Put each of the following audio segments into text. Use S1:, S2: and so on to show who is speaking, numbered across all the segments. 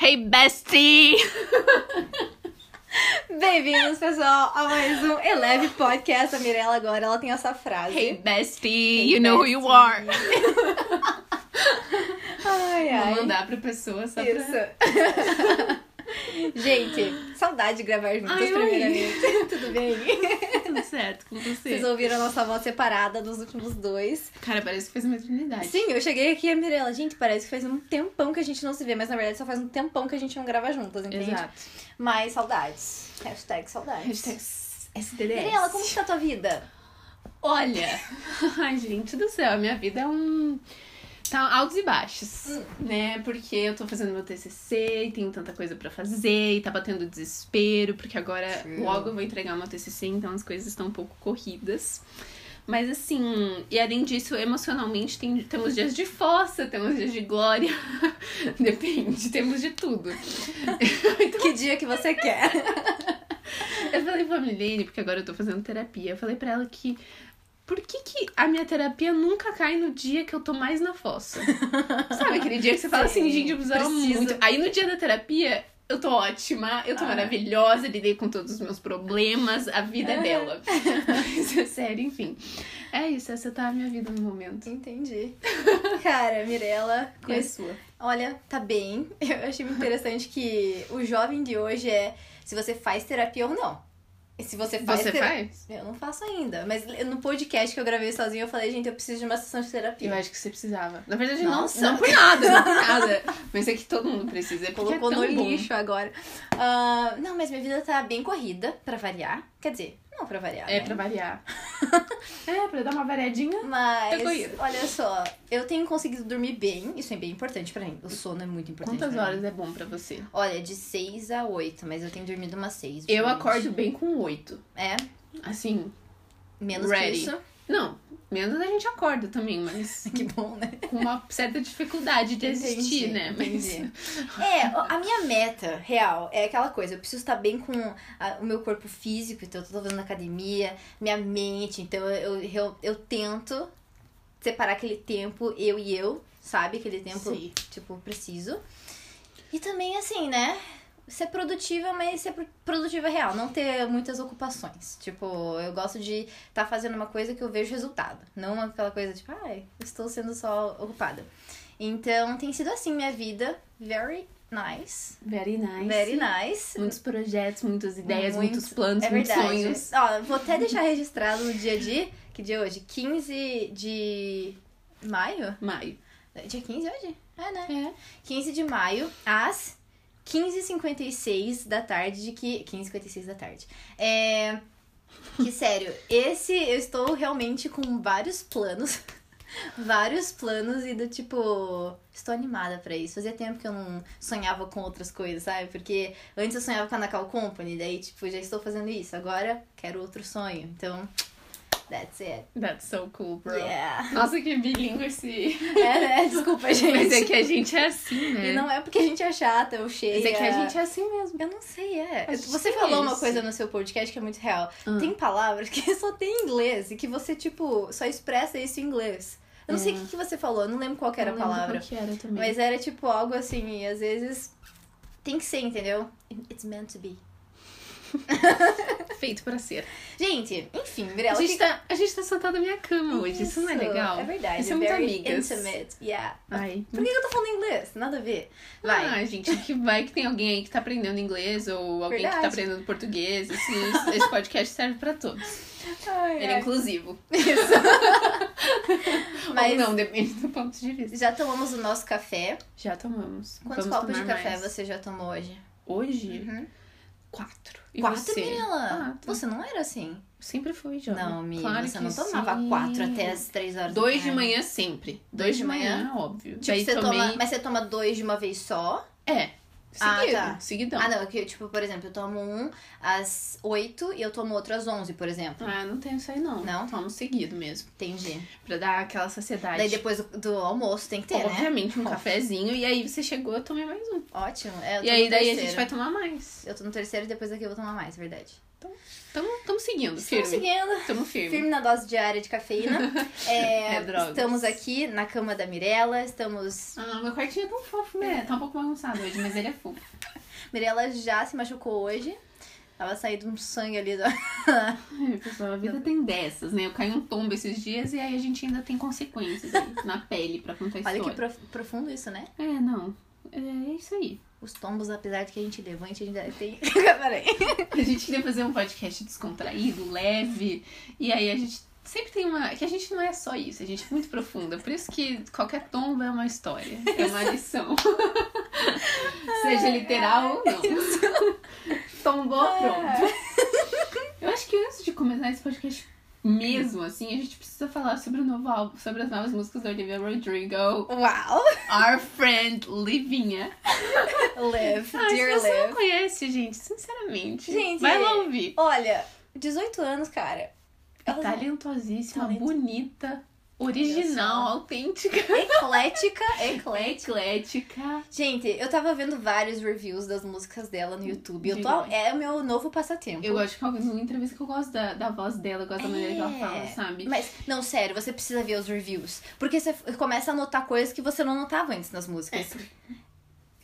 S1: Hey, bestie!
S2: Bem-vindos, pessoal, a mais um Eleve Podcast. A Mirella agora, ela tem essa frase.
S1: Hey, bestie! you know who you are!
S2: Ai, ai.
S1: Vou mandar pra pessoa só pra...
S2: Isso. Gente, saudade de gravar juntas,
S1: Ai, oi.
S2: primeiramente. Tudo bem?
S1: Tudo certo com você.
S2: Vocês ouviram a nossa voz separada dos últimos dois.
S1: Cara, parece que fez uma eternidade.
S2: Sim, eu cheguei aqui e a Mirella, gente, parece que faz um tempão que a gente não se vê, mas na verdade só faz um tempão que a gente não grava juntas, entende?
S1: Exato.
S2: Mas saudades. Hashtag saudades.
S1: Hashtag SDDS.
S2: Mirella, como que tá a tua vida?
S1: Olha, ai gente do céu, a minha vida é um... Tá altos e baixos, né? Porque eu tô fazendo meu TCC e tenho tanta coisa pra fazer e tá batendo desespero, porque agora
S2: True.
S1: logo eu vou entregar meu TCC, então as coisas estão um pouco corridas. Mas assim, e além disso, emocionalmente tem- temos dias de fossa, temos dias de glória, depende, temos de tudo.
S2: Que dia que você quer?
S1: Eu falei pra Milene, porque agora eu tô fazendo terapia, eu falei pra ela que. Por que, que a minha terapia nunca cai no dia que eu tô mais na fossa? Sabe aquele dia que você fala
S2: Sim,
S1: assim, gente, eu precisava
S2: preciso.
S1: muito. Aí no dia da terapia, eu tô ótima, eu tô
S2: Ah.
S1: maravilhosa, lidei com todos os meus problemas, a vida é
S2: Aham.
S1: bela. Mas é sério, enfim. É isso, essa tá a minha vida no momento.
S2: Entendi. Cara, Mirella,
S1: E a sua?
S2: olha, tá bem. Eu achei muito interessante que o jovem de hoje é se você faz terapia ou não. E se você faz
S1: Você
S2: tera-
S1: faz?
S2: Eu não faço ainda, mas no podcast que eu gravei sozinha eu falei, gente, eu preciso de uma sessão de
S1: Eu
S2: terapia.
S1: acho que você precisava. Na verdade,
S2: Nossa.
S1: não, não por nada, não por nada. Mas é que todo mundo precisa. porque é
S2: Colocou
S1: tão
S2: no
S1: bom.
S2: lixo agora. Ah, não, mas minha vida tá bem corrida, pra variar. Quer dizer, não pra variar.
S1: É,
S2: né?
S1: pra variar. é, pra dar uma variadinha.
S2: Mas,
S1: Tá corrido.
S2: olha só, eu tenho conseguido dormir bem, isso é bem importante pra mim. O sono é muito importante.
S1: Quantas
S2: pra mim.
S1: horas é bom pra você?
S2: Olha, de 6 a 8, mas eu tenho dormido umas 6.
S1: Eu acordo bem com oito.
S2: É,
S1: Assim,
S2: menos
S1: Ready.
S2: que isso.
S1: não, menos a gente acorda também, mas
S2: Que bom, né?
S1: com uma certa dificuldade de existir,
S2: Entendi,
S1: né?
S2: entendi.
S1: Mas
S2: É, ó, a minha meta real é aquela coisa. Eu preciso estar bem com a- o meu corpo físico, então eu tô fazendo academia, minha mente, então eu, eu, eu tento separar aquele tempo eu e eu, sabe? Aquele tempo,
S1: Sim.
S2: tipo, preciso. E também, assim, né? Ser produtiva, mas ser pro- produtiva real, não ter muitas ocupações. Tipo, eu gosto de estar fazendo uma coisa que eu vejo resultado, não aquela coisa tipo, ai, estou sendo só ocupada. Então, tem sido assim minha vida. Very nice.
S1: very nice.
S2: Very nice.
S1: Muitos projetos, muitas ideias,
S2: Muito.
S1: muitos planos,
S2: É
S1: muitos
S2: verdade.
S1: sonhos.
S2: Ó, vou até deixar registrado no dia de. Que dia é hoje? 15 de maio?
S1: Maio.
S2: Dia 15 hoje? É, né?
S1: É.
S2: 15 de maio, às 15h56 da tarde, de que. 15h56 da tarde. É. Que sério, esse eu estou realmente com vários planos. Vários planos e do tipo, estou animada pra isso. Fazia tempo que eu não sonhava com outras coisas, sabe? Porque antes eu sonhava com a Nakal Company, daí, tipo, já estou fazendo isso. Agora quero outro sonho. Então, that's it.
S1: That's so cool, bro.
S2: Yeah.
S1: Nossa, que bilíngue esse.
S2: É, né? Desculpa, gente.
S1: Mas é que a gente é assim, né?
S2: E não é porque a gente é chata ou cheia.
S1: Mas é que a gente é assim mesmo.
S2: Eu não sei, é.
S1: Acho
S2: Você
S1: que é
S2: falou uma
S1: isso.
S2: coisa no seu podcast que é muito real.
S1: Ah.
S2: Tem palavras que só tem em inglês e que você, tipo, só expressa isso em inglês. Eu não sei o que, que você falou, eu não lembro qual que era a
S1: É. Não lembro
S2: palavra.
S1: qual que era também.
S2: Mas era tipo algo assim, e às vezes tem que ser, entendeu? It's meant to be.
S1: Feito pra ser.
S2: Gente, enfim,
S1: A
S2: Mirella,
S1: gente,
S2: que-
S1: tá, a gente tá sentado na minha cama hoje, isso não é legal?
S2: É verdade,
S1: Isso é muito
S2: very
S1: amigas.
S2: intimate. Yeah.
S1: Ai,
S2: Por que que eu tô falando inglês? Nada a ver. Vai.
S1: vai. Ah, gente, que vai que tem alguém aí que tá aprendendo inglês ou alguém que
S2: Verdade.
S1: tá aprendendo português. Esse, esse podcast serve pra todos.
S2: Ai,
S1: Ele é
S2: ai.
S1: inclusivo.
S2: Mas
S1: Ou não, depende do ponto de vista.
S2: já tomamos o nosso café.
S1: Já tomamos.
S2: Quantos
S1: Vamos
S2: copos de
S1: tomar
S2: café
S1: mais.
S2: você já tomou hoje?
S1: Hoje,
S2: Uhum.
S1: quatro. E
S2: quatro,
S1: você?
S2: Mirella?
S1: Quatro.
S2: Você não era assim?
S1: Sempre foi, Jovem.
S2: Não, Mia,
S1: Claro
S2: você
S1: que
S2: não tomava
S1: sim.
S2: quatro até as três horas da
S1: Dois de
S2: tarde.
S1: manhã sempre. Dois de manhã, óbvio.
S2: Tipo,
S1: Daí
S2: você
S1: tomei...
S2: toma, mas você toma dois de uma vez só?
S1: É,
S2: Ah,
S1: seguido,
S2: tá.
S1: seguidão.
S2: Ah, não, é que, tipo, por exemplo, eu tomo um às oito e eu tomo outro às onze, por exemplo.
S1: Ah, não tenho isso aí, não.
S2: Não?
S1: Tomo seguido mesmo.
S2: Entendi.
S1: Pra dar aquela saciedade.
S2: Daí depois do, do almoço tem que ter, né?
S1: Obviamente, um
S2: Bom.
S1: cafezinho. E aí você chegou, eu tomei mais um.
S2: Ótimo. É, eu tô
S1: e aí
S2: no
S1: daí a
S2: terceiro.
S1: gente vai tomar mais.
S2: Eu tô no terceiro e depois daqui eu vou tomar mais, é verdade.
S1: Estamos seguindo,
S2: Estamos
S1: firme.
S2: seguindo.
S1: Estamos firme.
S2: Firme na dose diária de cafeína. É,
S1: É, drogas.
S2: estamos aqui na cama da Mirella. Estamos.
S1: Ah, meu quartinho é tão fofo, né? Tá um pouco bagunçado hoje, mas ele é fofo.
S2: Mirella já se machucou hoje. Tava saindo um sangue ali do.
S1: Ai, pessoal, a vida tem dessas, né? Eu caí um tombo esses dias e aí a gente ainda tem consequências aí na pele pra contar a
S2: Olha
S1: história.
S2: que prof- profundo isso, né?
S1: É, não. É isso aí.
S2: Os tombos, apesar de que a gente levante, a gente ainda tem. Peraí.
S1: A gente queria fazer um podcast descontraído, leve. E aí a gente sempre tem uma. Que a gente não é só isso, a gente é muito profunda. Por isso que qualquer tombo é uma história, é uma lição.
S2: É,
S1: Seja literal ou não. Tombou, pronto. Eu acho que antes de começar esse podcast mesmo, assim, a gente precisa falar sobre o novo álbum, sobre as novas músicas da Olivia Rodrigo,
S2: Uau!
S1: Our Friend Livinha.
S2: Live,
S1: Ah, se
S2: dear
S1: você
S2: Live.
S1: não conhece, gente, sinceramente,
S2: Gente,
S1: vai lá ouvir.
S2: Olha, 18 anos, cara.
S1: É
S2: Ela
S1: talentosíssima,
S2: Talento.
S1: bonita, original,
S2: Olha
S1: autêntica,
S2: Eclética, eclética.
S1: eclética.
S2: Gente, eu tava vendo vários reviews das músicas dela no YouTube. Eu tô,
S1: Verdade.
S2: é o meu novo passatempo.
S1: Eu gosto de alguém numa entrevista que eu gosto da, da voz dela, eu gosto da maneira que ela
S2: É.
S1: fala, sabe?
S2: Mas, não, sério, você precisa ver os reviews. Porque você f- começa a notar coisas que você não notava antes nas
S1: É.
S2: músicas.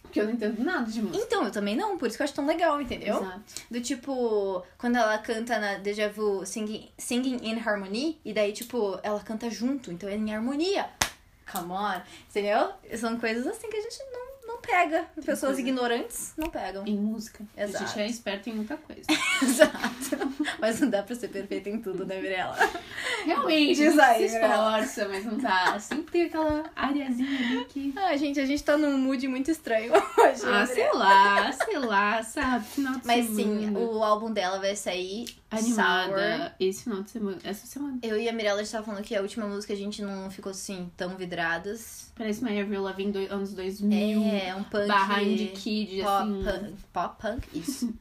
S1: Porque eu não entendo nada de música.
S2: Então, eu também não, por isso que eu acho tão legal, entendeu?
S1: Exato.
S2: Do tipo, quando ela canta na Deja Vu singing, singing in Harmony, e daí, tipo, ela canta junto, então é em harmonia. Come on, entendeu? São coisas assim que a gente não, não pega. Pessoas
S1: coisa.
S2: ignorantes não pegam.
S1: Em música. A
S2: Exato.
S1: gente é esperto em muita coisa.
S2: Exato. Mas não dá pra ser perfeita em tudo, né, Mirella?
S1: Realmente,
S2: Diz
S1: a
S2: aí,
S1: gente se esforça, mas não dá. Sempre tem aquela areazinha ali que.
S2: Ah, gente, a gente tá num mood muito estranho hoje. né,
S1: Ah, sei lá, sei lá, sabe? Final de
S2: Mas sim,
S1: semana.
S2: o álbum dela vai sair
S1: Animada
S2: Sour.
S1: esse final de semana. Essa semana.
S2: Eu e a Mirella estavam falando que a última música a gente não ficou assim tão vidradas.
S1: Parece uma Avril Lavigne do, anos 2000.
S2: É, um punk.
S1: barra indie kid,
S2: pop
S1: assim,
S2: punk. Pop punk, isso.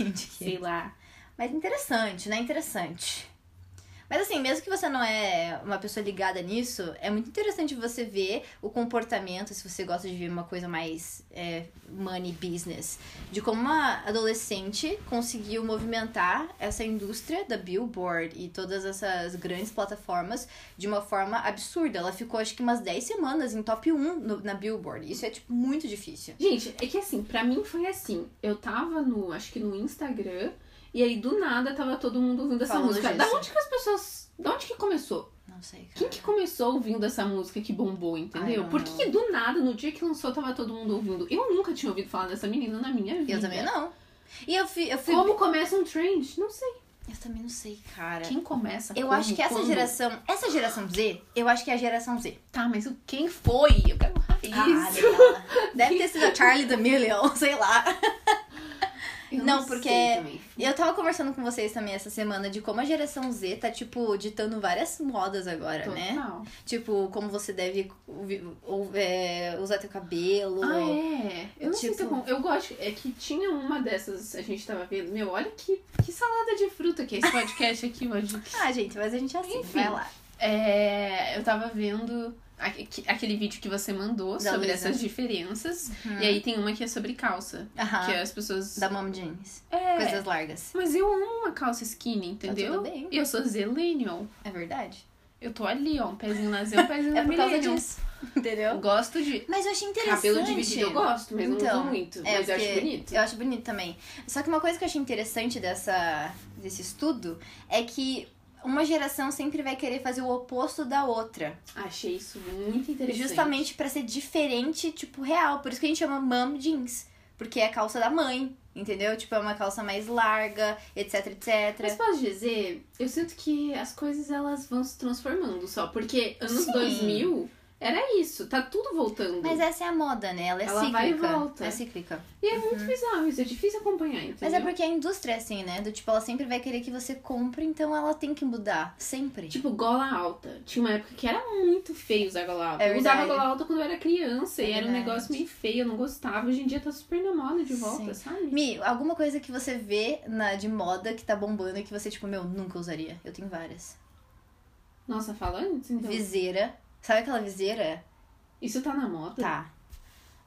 S2: Indie
S1: sei
S2: kid.
S1: lá.
S2: Mas interessante, né? Interessante. Mas assim, mesmo que você não é uma pessoa ligada nisso, é muito interessante você ver o comportamento, se você gosta de ver uma coisa mais é, money business, de como uma adolescente conseguiu movimentar essa indústria da Billboard e todas essas grandes plataformas de uma forma absurda. Ela ficou acho que umas 10 semanas em top 1 no- na Billboard. Isso é tipo muito difícil.
S1: Gente, é que assim, pra mim foi assim. Eu tava no, acho que no Instagram, e aí do nada tava todo mundo ouvindo essa
S2: Falando
S1: música. Da
S2: disso.
S1: onde que as pessoas. Da onde que começou?
S2: Não sei, cara.
S1: Quem que começou ouvindo essa música que bombou, entendeu?
S2: Ai,
S1: Por
S2: não.
S1: que que do nada, no dia que lançou, tava todo mundo ouvindo? Eu nunca tinha ouvido falar dessa menina na minha vida.
S2: Eu também não. E eu fui, eu fui
S1: Como começa um trend? Não sei.
S2: Eu também não sei, cara.
S1: Quem começa?
S2: Eu
S1: como,
S2: acho que essa
S1: quando?
S2: geração. Essa geração Z, eu acho que é a geração Z.
S1: Tá, mas o- quem foi? Eu quero raiz.
S2: legal. Deve ter sido a Charlie D'Amelio, sei lá.
S1: Eu
S2: não,
S1: sei
S2: porque
S1: também.
S2: Eu tava conversando com vocês também essa semana de como a geração Z tá, tipo, ditando várias modas agora, né?
S1: Total.
S2: Tipo, como você deve ouvi- ou- é, usar teu cabelo.
S1: Ah, é? Eu não sei se eu,
S2: Tipo-
S1: con- eu gosto. É que tinha uma dessas, a gente tava vendo. Meu, olha que, que salada de fruta que é esse podcast aqui hoje.
S2: Ah, gente, mas a gente é assim.
S1: Enfim.
S2: Vai lá.
S1: É, eu tava vendo aque- aquele vídeo que você mandou
S2: Da
S1: sobre
S2: Luísa.
S1: essas diferenças. E aí tem uma que é sobre calça.
S2: Aham.
S1: Que as pessoas.
S2: Ah, Da mom jeans.
S1: É.
S2: Coisas largas. Tá
S1: Mas eu amo uma calça skinny, entendeu?
S2: tudo bem.
S1: Eu sou zillennial.
S2: É verdade.
S1: Eu tô ali, ó. Um pezinho lá, um pezinho
S2: É
S1: lá,
S2: por causa
S1: millennial.
S2: disso. Entendeu?
S1: Eu gosto de.
S2: Mas eu achei interessante.
S1: Cabelo dividido eu gosto, mas não uso muito.
S2: é,
S1: mas eu acho
S2: porque
S1: bonito.
S2: Eu acho bonito também. Só que uma coisa que eu achei interessante dessa, desse estudo é que uma geração sempre vai querer fazer o oposto da outra.
S1: Achei isso muito interessante.
S2: Justamente pra ser diferente, tipo, real. Por isso que a gente chama mom jeans. Porque é a calça da mãe, entendeu? Tipo, é uma calça mais larga, etc,
S1: Mas
S2: etc.
S1: posso dizer, eu sinto que as coisas elas vão se transformando só, porque anos
S2: Sim.
S1: 2000 era isso, tá tudo voltando.
S2: Mas essa é a moda, né? Ela é
S1: Ela
S2: cíclica.
S1: vai e volta.
S2: É cíclica.
S1: E é muito bizarro isso, é difícil acompanhar, entendeu?
S2: Mas é porque a indústria é assim, né? Do tipo, ela sempre vai querer que você compre, então ela tem que mudar. Sempre.
S1: Tipo, gola alta. Tinha uma época que era muito feio usar gola alta.
S2: É
S1: eu usava
S2: verdade.
S1: gola alta quando eu era criança
S2: É
S1: e era um
S2: verdade.
S1: negócio meio feio, eu não gostava. Hoje em dia tá super na moda de volta,
S2: Sim.
S1: sabe?
S2: Mi, alguma coisa que você vê na, de moda que tá bombando e que você, tipo, meu, nunca usaria. Eu tenho várias.
S1: Nossa, falando antes,
S2: Uhum.
S1: então.
S2: Viseira. Sabe aquela viseira?
S1: Isso tá na moda?
S2: Tá.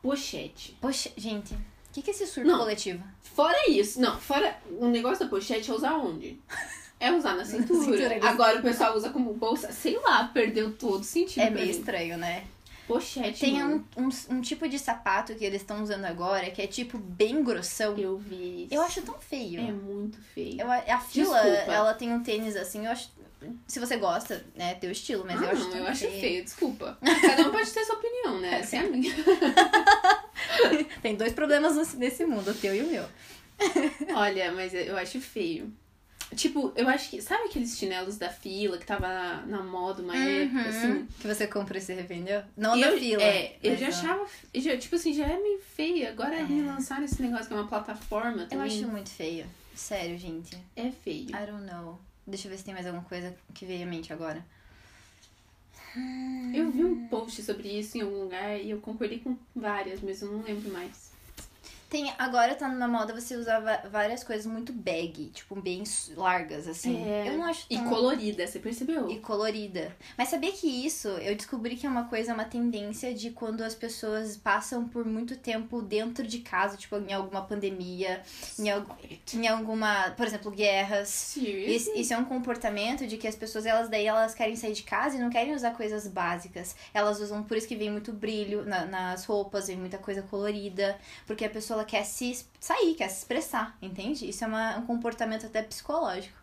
S1: Pochete.
S2: Poxa, gente, que, que é esse surto
S1: Não.
S2: coletivo?
S1: Fora isso, não, fora o negócio da pochete é usar onde? É usar na cintura.
S2: cintura, eles-
S1: Agora o pessoal usa como bolsa. Sei lá, perdeu todo o sentido.
S2: É
S1: pra
S2: meio
S1: mim.
S2: estranho, né?
S1: Pochete.
S2: Tem
S1: mano.
S2: um, um- um tipo de sapato que eles estão usando agora que é tipo bem grossão. Eu,
S1: Eu vi. isso.
S2: acho tão feio.
S1: É muito feio.
S2: Eu, a fila,
S1: Desculpa.
S2: ela tem um tênis assim, eu acho. Se você gosta, né? Teu estilo, mas
S1: Ah,
S2: eu acho.
S1: não,
S2: tão
S1: eu acho feio. desculpa. Cada um pode ter sua opinião, né? Essa é a minha.
S2: Tem dois problemas nesse- nesse mundo, o teu e o meu.
S1: Olha, mas eu acho feio. Tipo, eu acho que. Sabe aqueles chinelos da fila que tava na, na moda uma época, assim?
S2: Uhum. Que você comprou e se revendeu? Não a
S1: E
S2: da
S1: eu,
S2: fila.
S1: É, eu
S2: mas
S1: já
S2: tá. a-
S1: achava. eu já- tipo assim, já é meio feio. Agora relançaram esse negócio que é uma plataforma
S2: Eu
S1: também.
S2: acho muito feio. Sério, gente.
S1: É feio.
S2: I don't know. Deixa eu ver se tem mais alguma coisa que veio à mente agora.
S1: Eu vi um post sobre isso em algum lugar e eu concordei com várias, mas eu não lembro mais.
S2: Tem, agora tá na moda você usar va- várias coisas muito baggy, tipo, bem s- largas, assim.
S1: É.
S2: Eu não acho
S1: E
S2: tão...
S1: colorida, você percebeu?
S2: e colorida. Mas sabia que isso, eu descobri que é uma coisa, uma tendência de quando as pessoas passam por muito tempo dentro de casa, tipo, em alguma pandemia, em, al- em alguma, por exemplo, guerras.
S1: Serious?
S2: Isso, isso é um comportamento de que as pessoas, elas daí, elas querem sair de casa e não querem usar coisas básicas. Elas usam, por isso que vem muito brilho na- nas roupas, vem muita coisa colorida, porque a pessoa ela quer se es- sair, quer se expressar, entende? Isso é uma- um comportamento até psicológico.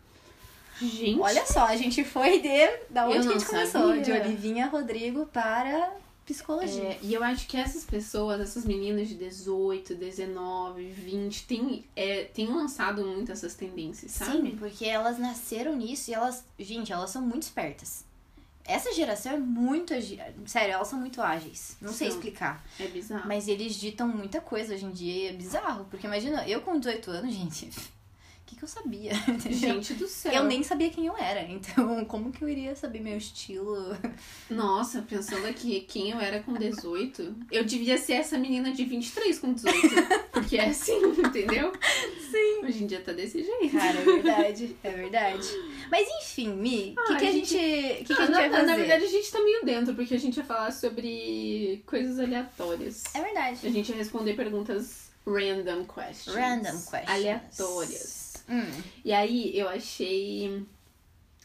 S1: Gente,
S2: Olha só, a gente foi de. Da onde
S1: Eu
S2: que a
S1: não
S2: gente começou?
S1: sabia.
S2: De Olivinha Rodrigo para psicologia.
S1: É, e eu acho que essas pessoas, essas meninas de 18, 19, 20, têm é, têm lançado muito essas tendências, É, sabe?
S2: Sim, porque elas nasceram nisso e elas. Gente, elas são muito espertas. Essa geração é muito. agi- Sério, elas são muito ágeis. Não sei
S1: São.
S2: explicar.
S1: É bizarro.
S2: Mas eles ditam muita coisa hoje em dia e é bizarro. Porque imagina, eu com 18 anos, gente. O que, que eu sabia? entendeu?
S1: Gente do céu.
S2: Eu nem sabia quem eu era, então como que eu iria saber meu estilo?
S1: Nossa, pensando aqui, quem eu era com 18, eu devia ser essa menina de 23 com 18. Porque é assim, entendeu? Sim. Hoje em dia tá desse jeito.
S2: Cara, é verdade, é verdade. Mas enfim, Mi, o que,
S1: Ah,
S2: que a
S1: a
S2: gente,
S1: gente-
S2: que que a
S1: Ah,
S2: gente
S1: na,
S2: vai fazer?
S1: na verdade, a gente tá meio dentro, porque a gente ia falar sobre coisas aleatórias.
S2: É
S1: A
S2: verdade.
S1: gente ia responder perguntas random questions.
S2: Random questions.
S1: Aleatórias.
S2: Hum,
S1: E aí eu achei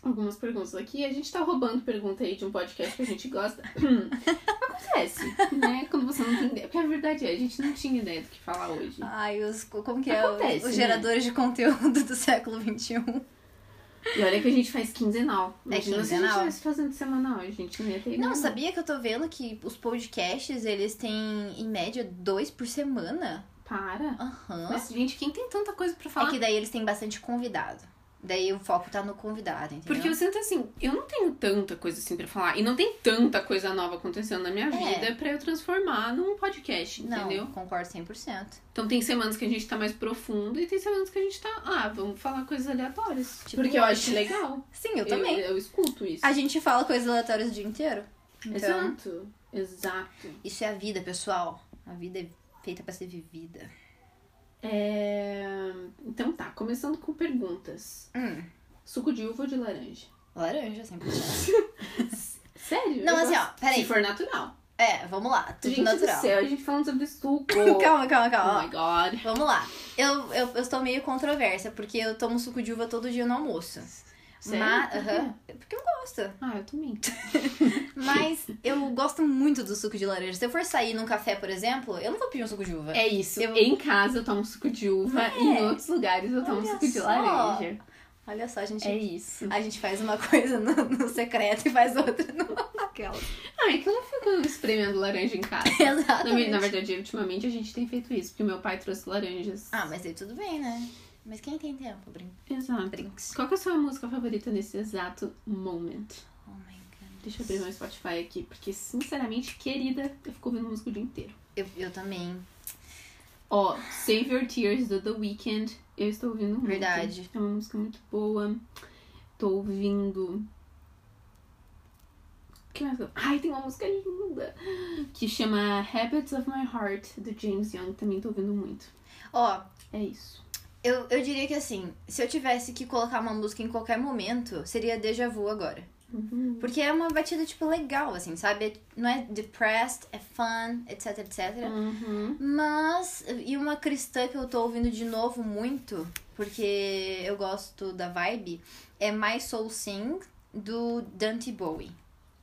S1: algumas perguntas aqui. A gente tá roubando pergunta aí de um podcast que a gente gosta. Acontece, né? Quando você não tem ideia. Porque a verdade é, a gente não tinha ideia do que falar hoje.
S2: ai, os, como que é?
S1: Acontece,
S2: os
S1: né?
S2: geradores de conteúdo do século um? XXI.
S1: E olha que a gente faz É quinzenal. Imagina se a
S2: quinzenal.
S1: gente estivesse fazendo semanal, a gente não ia ter
S2: Não,
S1: nenhum.
S2: sabia que eu tô vendo que os podcasts, eles têm, em média, dois por semana?
S1: Para.
S2: Aham.
S1: Mas, gente, quem tem tanta coisa pra
S2: É
S1: falar?
S2: que daí eles têm bastante convidado. Daí o foco tá no convidado, entendeu?
S1: Porque eu sinto assim, eu não tenho tanta coisa assim pra falar. E não tem tanta coisa nova acontecendo na minha vida pra eu transformar num podcast,
S2: Não,
S1: entendeu?
S2: concordo 100%.
S1: Então tem semanas que a gente tá mais profundo e tem semanas que a gente tá, ah, vamos falar coisas aleatórias.
S2: Tipo
S1: porque eu
S2: hoje.
S1: acho legal.
S2: Sim, eu também.
S1: Eu, escuto isso.
S2: A gente fala coisas aleatórias o dia inteiro. Então...
S1: Exato. Exato.
S2: Isso é a vida, pessoal. A vida é feita pra ser vivida.
S1: É, Então tá, começando com perguntas.
S2: Hum,
S1: Suco de uva ou de laranja?
S2: laranja, sempre.
S1: Sério?
S2: Não,
S1: Eu
S2: assim,
S1: gosto.
S2: ó, peraí.
S1: Se for natural.
S2: É, vamos lá. Tudo
S1: gente
S2: natural.
S1: do céu, a gente falando sobre suco.
S2: Calma, calma,
S1: Oh
S2: calma.
S1: my god.
S2: Vamos lá. Eu, eu, eu estou meio controversa, porque eu tomo suco de uva todo dia no almoço.
S1: Sério?
S2: Mas,
S1: Por quê?
S2: aham. porque eu gosto.
S1: Ah, eu também.
S2: Mas eu gosto muito do suco de laranja. Se eu for sair num café, por exemplo, eu não vou pedir um suco de uva.
S1: É isso.
S2: Eu-
S1: Em casa eu tomo suco de uva,
S2: É.
S1: em outros lugares eu tomo
S2: Olha
S1: suco de
S2: só.
S1: laranja.
S2: Olha só, a gente.
S1: É isso.
S2: A gente faz uma coisa no, no secreto e faz outra no... naquela.
S1: Ah, é que eu não fico espremendo laranja em casa. Na,
S2: Exatamente.
S1: na verdade, ultimamente a gente tem feito isso, porque meu pai trouxe laranjas.
S2: Ah, mas aí tudo bem, né? Mas quem tem tempo? Brin...
S1: Exato.
S2: Brinks.
S1: Qual que é a sua música favorita nesse exato moment?
S2: Oh my god.
S1: Deixa eu abrir meu Spotify aqui, porque, sinceramente, querida, eu fico ouvindo música o dia inteiro.
S2: Eu, eu também.
S1: Ó, Save Your Tears do The Weeknd, eu estou ouvindo muito.
S2: Verdade.
S1: É uma música muito boa. Tô ouvindo. Que mais? Ai, tem uma música linda que chama Habits of My Heart do James Young, também tô ouvindo muito.
S2: Ó,
S1: É isso.
S2: eu, eu diria que assim, se eu tivesse que colocar uma música em qualquer momento, seria Deja Vu agora. Porque é uma batida, tipo, legal, assim, sabe? Não é depressed, é fun, etc, etc.
S1: Uhum.
S2: Mas, e uma cristã que eu tô ouvindo de novo muito, porque eu gosto da vibe, é My Soul Sing, do Dante Bowie.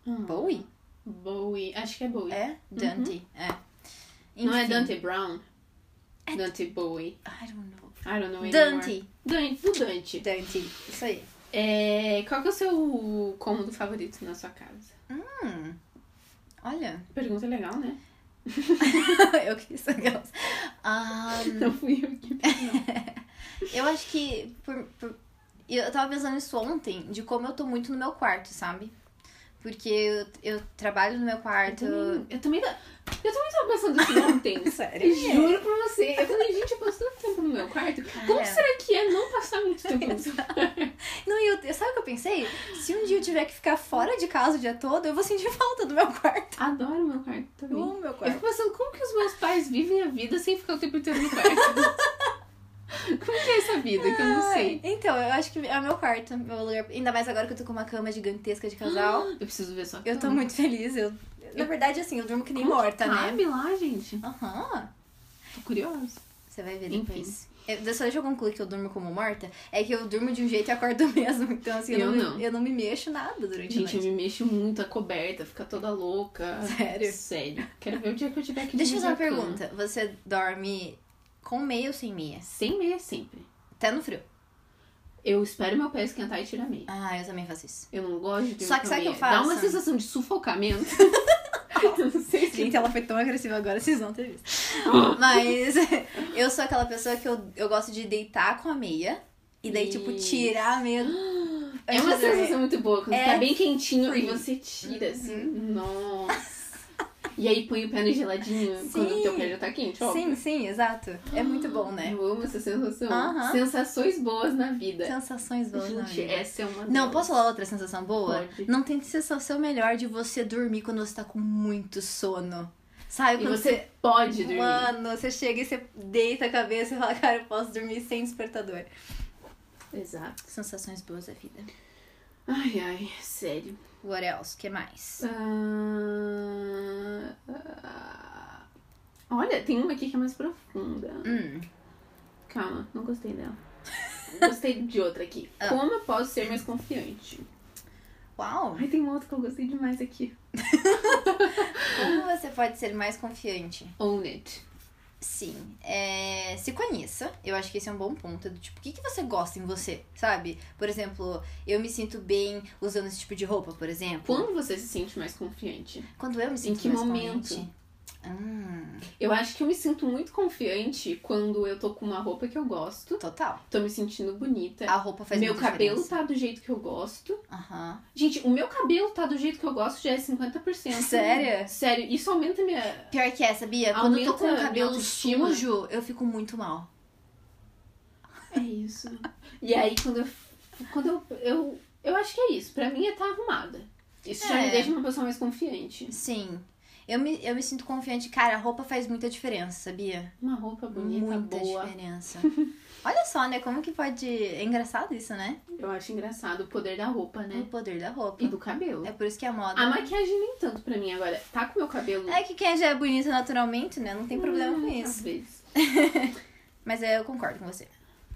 S2: Bowie?
S1: Bowie. Acho que é Bowie.
S2: É? Dante, é.
S1: Não é
S2: Enfim.
S1: Dante Brown? Dante Bowie.
S2: I don't know.
S1: I don't know é anymore.
S2: Dante.
S1: Dante. O Dante.
S2: Dante. Isso aí.
S1: É, qual que é o seu cômodo favorito na sua casa?
S2: Hum. Olha,
S1: Pergunta legal, né?
S2: eu quis aquelas. Ah,
S1: Não fui eu que...
S2: eu acho que. Por, por- Eu tava pensando isso ontem, de como eu tô muito no meu quarto, sabe? Porque eu, eu trabalho no meu quarto.
S1: Eu também, eu também, ta- eu também tava pensando isso ontem.
S2: Sério?
S1: Eu Juro pra você. Eu falei, gente, eu passo tanto tempo no meu quarto. Como
S2: É.
S1: será que é não passar muito tempo no seu
S2: Não, e eu, sabe o que eu pensei? Se um dia eu tiver que ficar fora de casa o dia todo, eu vou sentir falta do meu quarto.
S1: Adoro meu quarto também.
S2: Eu amo meu
S1: Eu
S2: quarto.
S1: fico pensando como que os meus pais vivem a vida sem ficar o tempo inteiro no quarto. como que é essa vida que eu não sei.
S2: Ai, Então, eu acho que é o meu quarto, meu lugar. Ainda mais agora que eu tô com uma cama gigantesca de casal.
S1: Eu preciso ver só.
S2: Eu tô muito feliz. Uhum. Eu, na verdade, assim, eu durmo que nem morta, né?
S1: Cabe lá, gente.
S2: Aham.
S1: Tô curiosa.
S2: Você vai ver
S1: Enfim.
S2: depois. Eu, deixa- deixa eu concluir que eu durmo como morta. É que eu durmo de um jeito e acordo do mesmo. Então, assim, eu,
S1: Eu
S2: não, me-
S1: não.
S2: eu não me mexo nada durante
S1: Gente,
S2: a
S1: eu
S2: noite.
S1: me mexo muito a coberta, fica toda louca.
S2: Sério?
S1: Sério. Quero ver o dia que eu tiver que
S2: Deixa eu fazer uma
S1: dividir a cama.
S2: pergunta. Você dorme com meia ou sem meia?
S1: Sem meia sempre.
S2: Até no frio.
S1: Eu espero meu pé esquentar e tirar meia.
S2: Ah, eu também faço isso.
S1: Eu não gosto de dormir
S2: Só que
S1: com
S2: sabe o que eu
S1: meia. Dá uma
S2: faço?
S1: sensação de sufocamento. eu não sei se...
S2: Gente, ela foi tão agressiva agora, vocês vão ter visto.
S1: Ah.
S2: Mas eu sou aquela pessoa que eu, eu gosto de deitar com a meia. E daí, tipo,
S1: Isso.
S2: tirar a meia.
S1: É uma
S2: antes de dormir.
S1: sensação muito boa, quando
S2: É
S1: tá bem quentinho
S2: free. Uhum.
S1: e você tira, assim. Nossa. E aí põe o pé no geladinho quando o teu
S2: Sim.
S1: pé já tá quente, ó.
S2: Sim, sim, exato. É muito bom, né?
S1: Eu amo essa sensação.
S2: Aham.
S1: Sensações boas na vida.
S2: Sensações boas na
S1: Gente,
S2: vida.
S1: essa é uma
S2: Não,
S1: delas.
S2: posso falar outra sensação boa?
S1: Pode.
S2: Não tem sensação melhor de você dormir quando você tá com muito sono. Sabe?
S1: E
S2: Quando
S1: você pode dormir.
S2: Mano, você chega e você deita a cabeça e fala, cara, eu posso dormir sem despertador.
S1: Exato.
S2: Sensações boas da vida.
S1: Ai, ai, sério.
S2: What else? que mais?
S1: Ah, ah. Olha, tem uma aqui que é mais profunda.
S2: Hum,
S1: Calma, não gostei dela. Gostei de outra aqui.
S2: Ah.
S1: Como eu posso ser mais confiante?
S2: uau!
S1: Ai, tem uma outra que eu gostei demais aqui.
S2: Como você pode ser mais confiante?
S1: Own it.
S2: Sim, é, se conheça. Eu acho que esse é um bom ponto. Do tipo, o que, que você gosta em você, sabe? Por exemplo, eu me sinto bem usando esse tipo de roupa, por exemplo.
S1: Quando você se sente mais confiante?
S2: Quando eu me sinto
S1: Hum? que
S2: mais
S1: momento?
S2: confiante. Hum,
S1: Eu acho que eu me sinto muito confiante quando eu tô com uma roupa que eu gosto,
S2: total.
S1: tô me sentindo bonita.
S2: A roupa faz
S1: meu
S2: muita
S1: cabelo tá
S2: diferença.
S1: do jeito que eu gosto.
S2: Aham.
S1: Gente, o meu cabelo tá do jeito que eu gosto já é 50%.
S2: Sério?
S1: Sério, isso aumenta minha.
S2: Pior que é, sabia? Quando eu tô com o
S1: Aumenta
S2: cabelo
S1: minha autoestima.
S2: sujo, eu fico muito mal.
S1: É isso. e aí, quando eu. Quando eu, eu. Eu acho que é isso. Pra mim é tá arrumada. Isso já
S2: É.
S1: me deixa uma pessoa mais confiante.
S2: Sim. Eu me, eu me sinto confiante. Cara, a roupa faz muita diferença, sabia?
S1: Uma roupa bonita,
S2: muita
S1: boa.
S2: diferença. Olha só, né? Como que pode. É engraçado isso, né?
S1: Eu acho engraçado o poder da roupa, né?
S2: O poder da roupa.
S1: E Ah, do cabelo.
S2: É por isso que a moda.
S1: A maquiagem nem tanto pra mim agora. Tá com meu cabelo.
S2: É que quem já é bonito naturalmente, né? Não tem problema com
S1: Hum,
S2: isso.
S1: Às vezes.
S2: Mas é, eu concordo com você.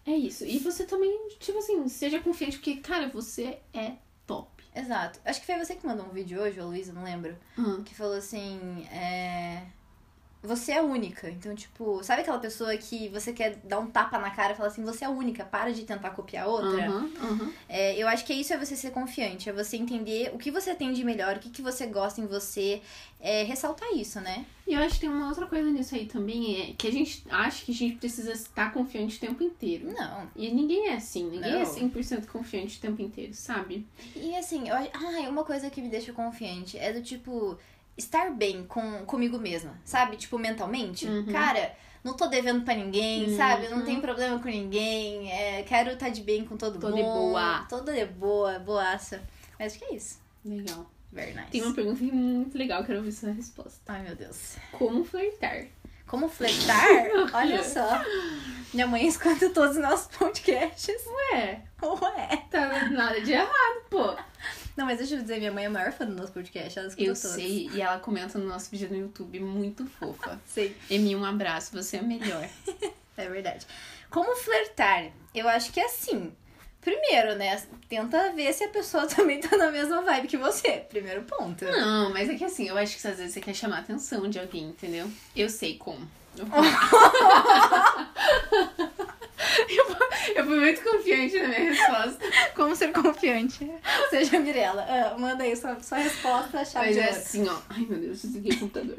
S1: É isso. E você também, tipo assim, seja confiante, porque, cara, você é top.
S2: Exato. Acho que foi você que mandou um vídeo hoje, a Luísa, não lembro. que falou assim, é... Você é única. Então, tipo, sabe aquela pessoa que você quer dar um tapa na cara e falar assim, você é única, para de tentar copiar a outra?
S1: Aham, aham.
S2: É, eu acho que isso é você ser confiante, é você entender o que você tem de melhor, o que, que você gosta em você, é, ressaltar isso, né?
S1: E eu acho que tem uma outra coisa nisso aí também, é que a gente acha que a gente precisa estar confiante o tempo inteiro.
S2: Não.
S1: E ninguém é assim, ninguém é
S2: Não.
S1: 100% confiante o tempo inteiro, sabe?
S2: E assim, eu... ach- ah, uma coisa que me deixa confiante é do tipo, estar bem com, comigo mesma, sabe? Tipo, mentalmente.
S1: Uhum.
S2: Cara, não tô devendo pra ninguém,
S1: Uhum.
S2: sabe? Não tem problema com ninguém. é, quero estar de bem com todo
S1: Tô
S2: mundo.
S1: de boa.
S2: Toda de boa, boaça. Mas acho que é isso.
S1: Legal.
S2: Very nice.
S1: Tem um- uma pergunta muito legal, quero ouvir sua resposta.
S2: Ai, meu Deus.
S1: Como flertar?
S2: Como flertar? Olha só. Minha mãe escuta todos os nossos podcasts.
S1: Ué,
S2: Ué.
S1: tá nada de errado, pô.
S2: Não, mas deixa eu dizer, minha mãe é a maior fã do nosso podcast. Ela escuta
S1: Eu
S2: todos.
S1: sei, e ela comenta no nosso vídeo no YouTube, muito fofa.
S2: Sei.
S1: Emi, um abraço, você é a melhor.
S2: É verdade. Como flertar? Eu acho que é assim. Primeiro, né? Tenta ver se a pessoa também tá na mesma vibe que você. Primeiro ponto.
S1: Não, mas é que assim, eu acho que às vezes você quer chamar a atenção de alguém, entendeu? Eu sei como. Eu fui, eu fui- eu fui muito confiante na minha resposta.
S2: Como ser confiante? Seja Mirella. Ah, manda aí sua, sua resposta, chave
S1: Mas
S2: de
S1: é
S2: ouro.
S1: assim, ó. Ai, meu Deus, desliguei o computador.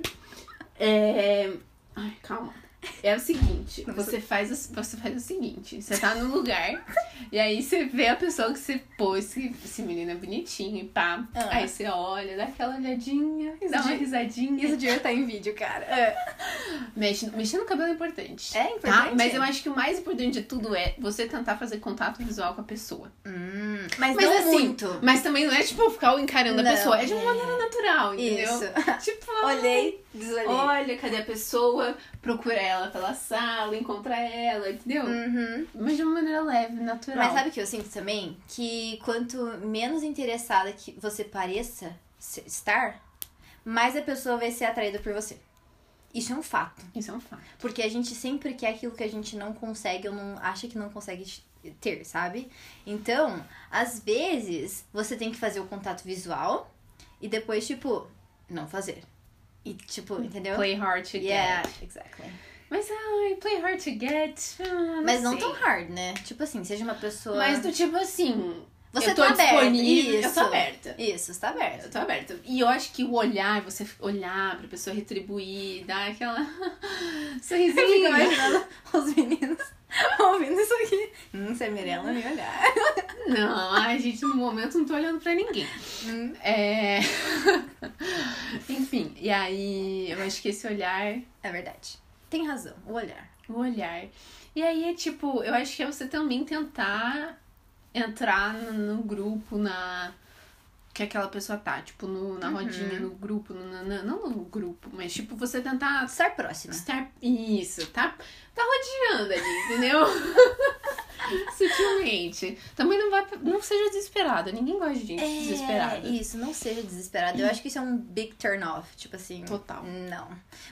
S1: É. Ai, calma. É o seguinte, você faz, o- você faz o seguinte, você tá num lugar, e aí você vê a pessoa que você pôs, que esse menino é bonitinho e pá.
S2: Ah.
S1: Aí você olha, dá aquela olhadinha, dá uma
S2: de-
S1: risadinha.
S2: Isso devia estar em vídeo, cara. Ah,
S1: Mexe, mexer no cabelo é importante.
S2: É importante.
S1: Tá? Mas eu acho que o mais importante de tudo é você tentar fazer contato visual com a pessoa.
S2: Hum, mas,
S1: Mas
S2: não
S1: assim,
S2: muito.
S1: Mas também não é tipo ficar encarando
S2: Não,
S1: a pessoa, é de uma
S2: é.
S1: maneira natural, entendeu?
S2: Isso.
S1: Tipo,
S2: Olhei, desolhei.
S1: olha, cadê a pessoa? Procura ela pela sala, encontra ela, entendeu?
S2: Uhum.
S1: Mas de uma maneira leve, natural.
S2: Mas sabe o que eu sinto também? Que quanto menos interessada que você pareça se- estar, mais a pessoa vai ser atraída por você. Isso é um fato.
S1: Isso é um fato.
S2: Porque a gente sempre quer aquilo que a gente não consegue ou não acha que não consegue ch- ter, sabe? Então, às vezes, você tem que fazer o contato visual e depois, tipo, não fazer. E, tipo, entendeu?
S1: Play hard to
S2: Yeah,
S1: get.
S2: exactly.
S1: Mas ai, play hard to get. ah, não
S2: Mas não
S1: sei.
S2: tão hard, né? Tipo assim, seja uma pessoa.
S1: Mas do tipo assim.
S2: Você
S1: eu tô
S2: tá aberta.
S1: disponível.
S2: Isso.
S1: Eu tô aberta.
S2: Isso, tá está aberto.
S1: Eu tô aberta. E eu acho que o olhar, você olhar pra pessoa retribuir, dar aquela né?
S2: Eu fico
S1: sorrisinho.
S2: imaginando os meninos ouvindo isso aqui. Hum, se a Mirella me olhar.
S1: Não, ai, gente, no momento não tô olhando pra ninguém.
S2: Hum.
S1: É. Enfim, e aí eu acho que esse olhar,
S2: É verdade. Tem razão, o olhar.
S1: o olhar. E aí é tipo, eu acho que é você também tentar entrar no, no grupo, na. Que aquela pessoa tá, tipo, no, na rodinha, no grupo, no, na- na- não no grupo, mas tipo, você tentar
S2: Estar próxima.
S1: Estar. Isso, tá, tá rodeando ali, entendeu? Sutilmente. Também não vai. Não seja desesperada. Ninguém gosta de gente
S2: É,
S1: desesperada.
S2: isso, não seja desesperado. Eu acho que isso é um big turn off, tipo assim.
S1: Total.
S2: Não.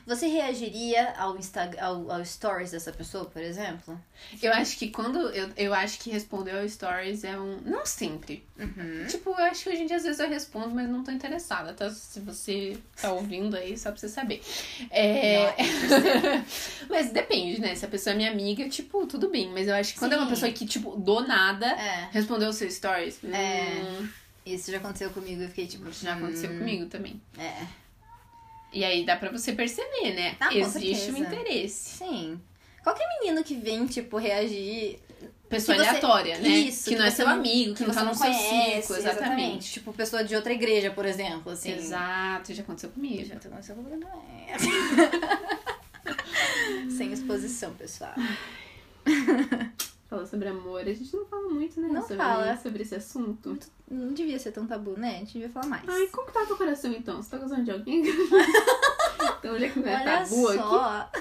S2: Você reagiria ao, Insta ao, ao stories dessa pessoa, por exemplo?
S1: Eu acho que quando. Eu, eu acho que responder ao stories é um. Não sempre.
S2: Uhum.
S1: Tipo, eu acho que hoje em dia às vezes eu respondo, mas não tô interessada, tá? Se você tá ouvindo aí, só pra você saber. É. mas depende, né? Se a pessoa é minha amiga, tipo, tudo bem. Mas eu acho que quando é uma
S2: Sim.
S1: pessoa que, tipo, do nada.
S2: É,
S1: Respondeu o seu stories?
S2: É.
S1: hum,
S2: isso já aconteceu comigo. Eu fiquei tipo.
S1: Isso já aconteceu
S2: hum,
S1: comigo também.
S2: É.
S1: E aí dá pra você perceber, né?
S2: Ah, com
S1: Existe
S2: certeza.
S1: um interesse.
S2: Sim. Qualquer menino que vem, tipo, reagir
S1: Pessoa
S2: Que você-
S1: aleatória, né?
S2: Isso,
S1: que
S2: que
S1: não é
S2: você
S1: seu
S2: não-
S1: amigo, que, não tá no seu círculo, exatamente.
S2: Tipo, pessoa de outra igreja, por exemplo, assim.
S1: Exato, já aconteceu comigo.
S2: Já tô começando a falar, "É". Sem exposição, pessoal.
S1: Falou sobre amor, a gente não fala muito, né?
S2: Não
S1: sobre,
S2: fala.
S1: sobre esse assunto.
S2: Não devia ser tão tabu, né? A gente devia falar mais.
S1: Ai, como tá teu coração então? Você tá gostando de alguém? então já que não é
S2: Olha
S1: tabu aqui,
S2: só.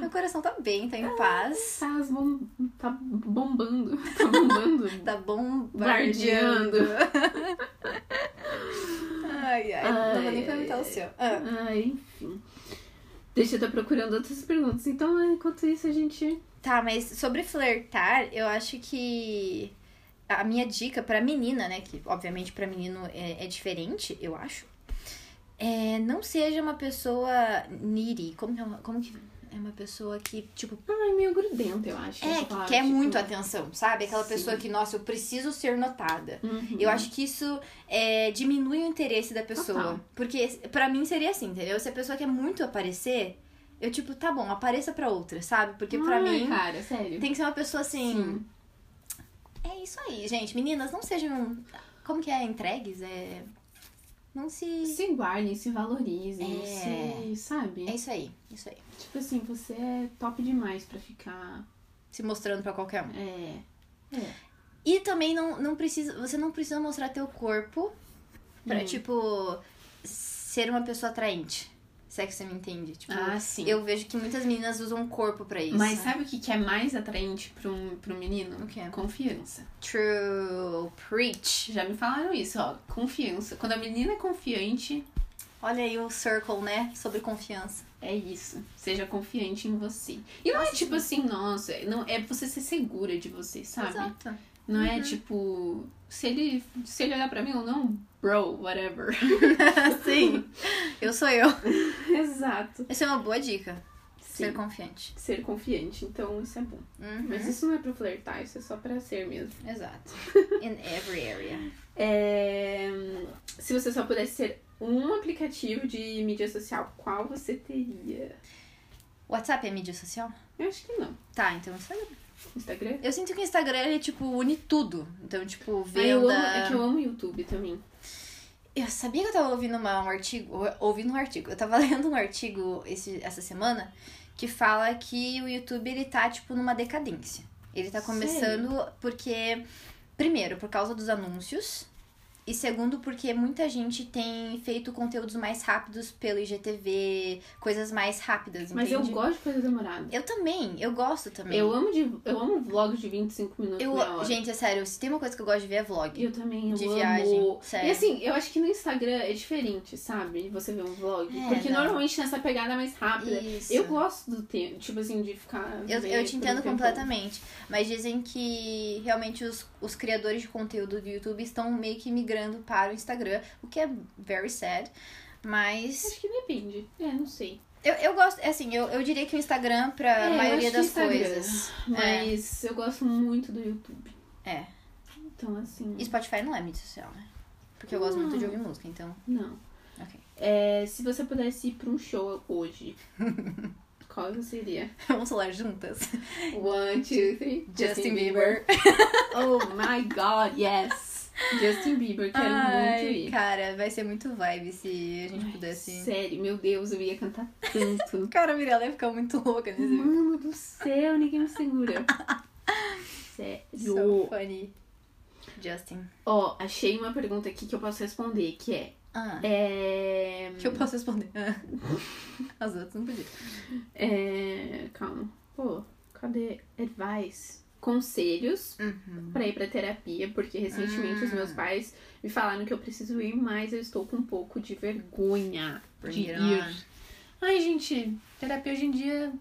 S2: Meu coração tá bem, tá em paz.
S1: tá, as bom- tá bombando. Tá bombando.
S2: Tá bombardeando. ai, ai, Não vou nem
S1: Ai,
S2: perguntar o seu. Ah,
S1: Ai, enfim. Deixa eu tô procurando outras perguntas. Então, enquanto isso, a gente.
S2: Tá, mas sobre flertar, eu acho que a minha dica pra menina, né, que obviamente pra menino é, é diferente, eu acho, é não seja uma pessoa needy, como que é uma, como que é uma pessoa que, tipo,
S1: Ai, é meio grudento, eu acho.
S2: é,
S1: essa
S2: que
S1: palavra,
S2: quer
S1: tipo,
S2: muito atenção, sabe? Aquela
S1: Sim.
S2: pessoa que, nossa, eu preciso ser notada.
S1: Uhum.
S2: Eu acho que isso é, diminui o interesse da pessoa.
S1: Total.
S2: Porque pra mim seria assim, entendeu? Se a pessoa quer muito aparecer, eu tipo, tá bom, apareça pra outra, sabe? Porque pra
S1: Ai,
S2: mim
S1: Cara, sério.
S2: tem que ser uma pessoa assim,
S1: Sim.
S2: é isso aí, gente. Meninas, não sejam. Como que é? Entregues? É. Não se.
S1: Se guardem, se valorizem,
S2: É.
S1: se, sabe?
S2: É isso aí, isso aí.
S1: Tipo assim, você é top demais pra ficar.
S2: Se mostrando pra qualquer um.
S1: É.
S2: E também não, não precisa. Você não precisa mostrar teu corpo pra,
S1: Hum.
S2: tipo, ser uma pessoa atraente. sexo, você me entende? Tipo,
S1: Ah, sim.
S2: eu vejo que muitas meninas usam o corpo pra isso.
S1: Mas sabe o que, que é mais atraente para um, pra um menino?
S2: O quê?
S1: Confiança.
S2: True. Preach.
S1: Já me falaram isso, ó. Confiança. Quando a menina é confiante,
S2: Olha aí o circle, né? Sobre confiança.
S1: é isso. Seja confiante em você. E não é tipo assim, nossa, não é você ser segura de você, sabe?
S2: Exato.
S1: Não é tipo, se ele, se ele olhar pra mim ou não, bro, whatever.
S2: Sim. Eu sou eu.
S1: Exato.
S2: Essa é uma boa dica. Ser
S1: Sim.
S2: confiante.
S1: Ser confiante, então isso é bom.
S2: Uhum.
S1: Mas isso não é pra flertar, isso é só pra ser mesmo.
S2: Exato. In every area.
S1: É, Se você só pudesse ser um aplicativo de mídia social, qual você teria?
S2: WhatsApp é mídia social?
S1: Eu acho que não.
S2: Tá, então Instagram.
S1: Instagram?
S2: Eu sinto que o Instagram, ele, tipo, une tudo. Então, tipo,
S1: Ah, eu
S2: venda...
S1: amo, é que eu amo YouTube também.
S2: Eu sabia que eu tava ouvindo uma- um artigo, ou- ouvindo um artigo, eu tava lendo um artigo esse, essa semana que fala que o YouTube ele tá tipo numa decadência. Ele tá começando porque primeiro, por causa dos anúncios, e segundo porque muita gente tem feito conteúdos mais rápidos pelo IGTV, coisas mais rápidas,
S1: Mas eu
S2: entende?
S1: gosto de coisa demorada.
S2: Eu também, eu gosto também.
S1: Eu amo, de, eu amo vlog de 25 minutos
S2: Eu-
S1: na hora.
S2: gente, é sério, se tem uma coisa que eu gosto de ver é vlog.
S1: eu também, eu
S2: de
S1: amo.
S2: viagem, sério.
S1: E assim, eu acho que no Instagram é diferente, sabe? Você vê um vlog.
S2: É,
S1: porque
S2: não.
S1: normalmente nessa pegada é mais rápida.
S2: Isso.
S1: Eu gosto do tempo, tipo assim, de ficar.
S2: Eu,
S1: vendo
S2: eu te
S1: por um
S2: entendo
S1: tempão.
S2: completamente. Mas dizem que realmente os, os criadores de conteúdo do YouTube estão meio que migrando para o Instagram, o que é very sad. Mas
S1: Acho que depende. É, não sei.
S2: eu, eu gosto, assim, eu, eu diria que o Instagram pra
S1: É, eu
S2: a maioria
S1: acho que
S2: das
S1: Instagram.
S2: coisas.
S1: Mas eu gosto muito do YouTube.
S2: É.
S1: Então, assim.
S2: E Spotify não é mídia social, né? Porque eu gosto muito de
S1: Hum.
S2: ouvir música, então.
S1: Não.
S2: Ok.
S1: É, se você pudesse ir pra um show hoje, qual seria?
S2: Vamos falar juntas.
S1: One, two, three.
S2: Justin Bieber.
S1: Oh my god, yes! Justin Bieber, quero
S2: Ai,
S1: muito ir.
S2: Cara, vai ser muito vibe se a gente assim.
S1: Ai,
S2: pudesse.
S1: Sério, meu Deus, eu ia cantar tanto.
S2: Cara, a Mirella ia ficar muito louca nesse vídeo.
S1: Mano do céu, ninguém me segura. Sério.
S2: So funny. Justin.
S1: Ó, achei uma pergunta aqui que eu posso responder, que é...
S2: Ah.
S1: É...
S2: Que eu posso responder. As outras não podia.
S1: é, Calma. Pô, cadê? Advice. Conselhos pra ir pra terapia, porque recentemente
S2: Hum.
S1: os meus pais me falaram que eu preciso ir, mas eu estou com um pouco de vergonha de
S2: Bring it on.
S1: ir. Ai, gente, terapia hoje em dia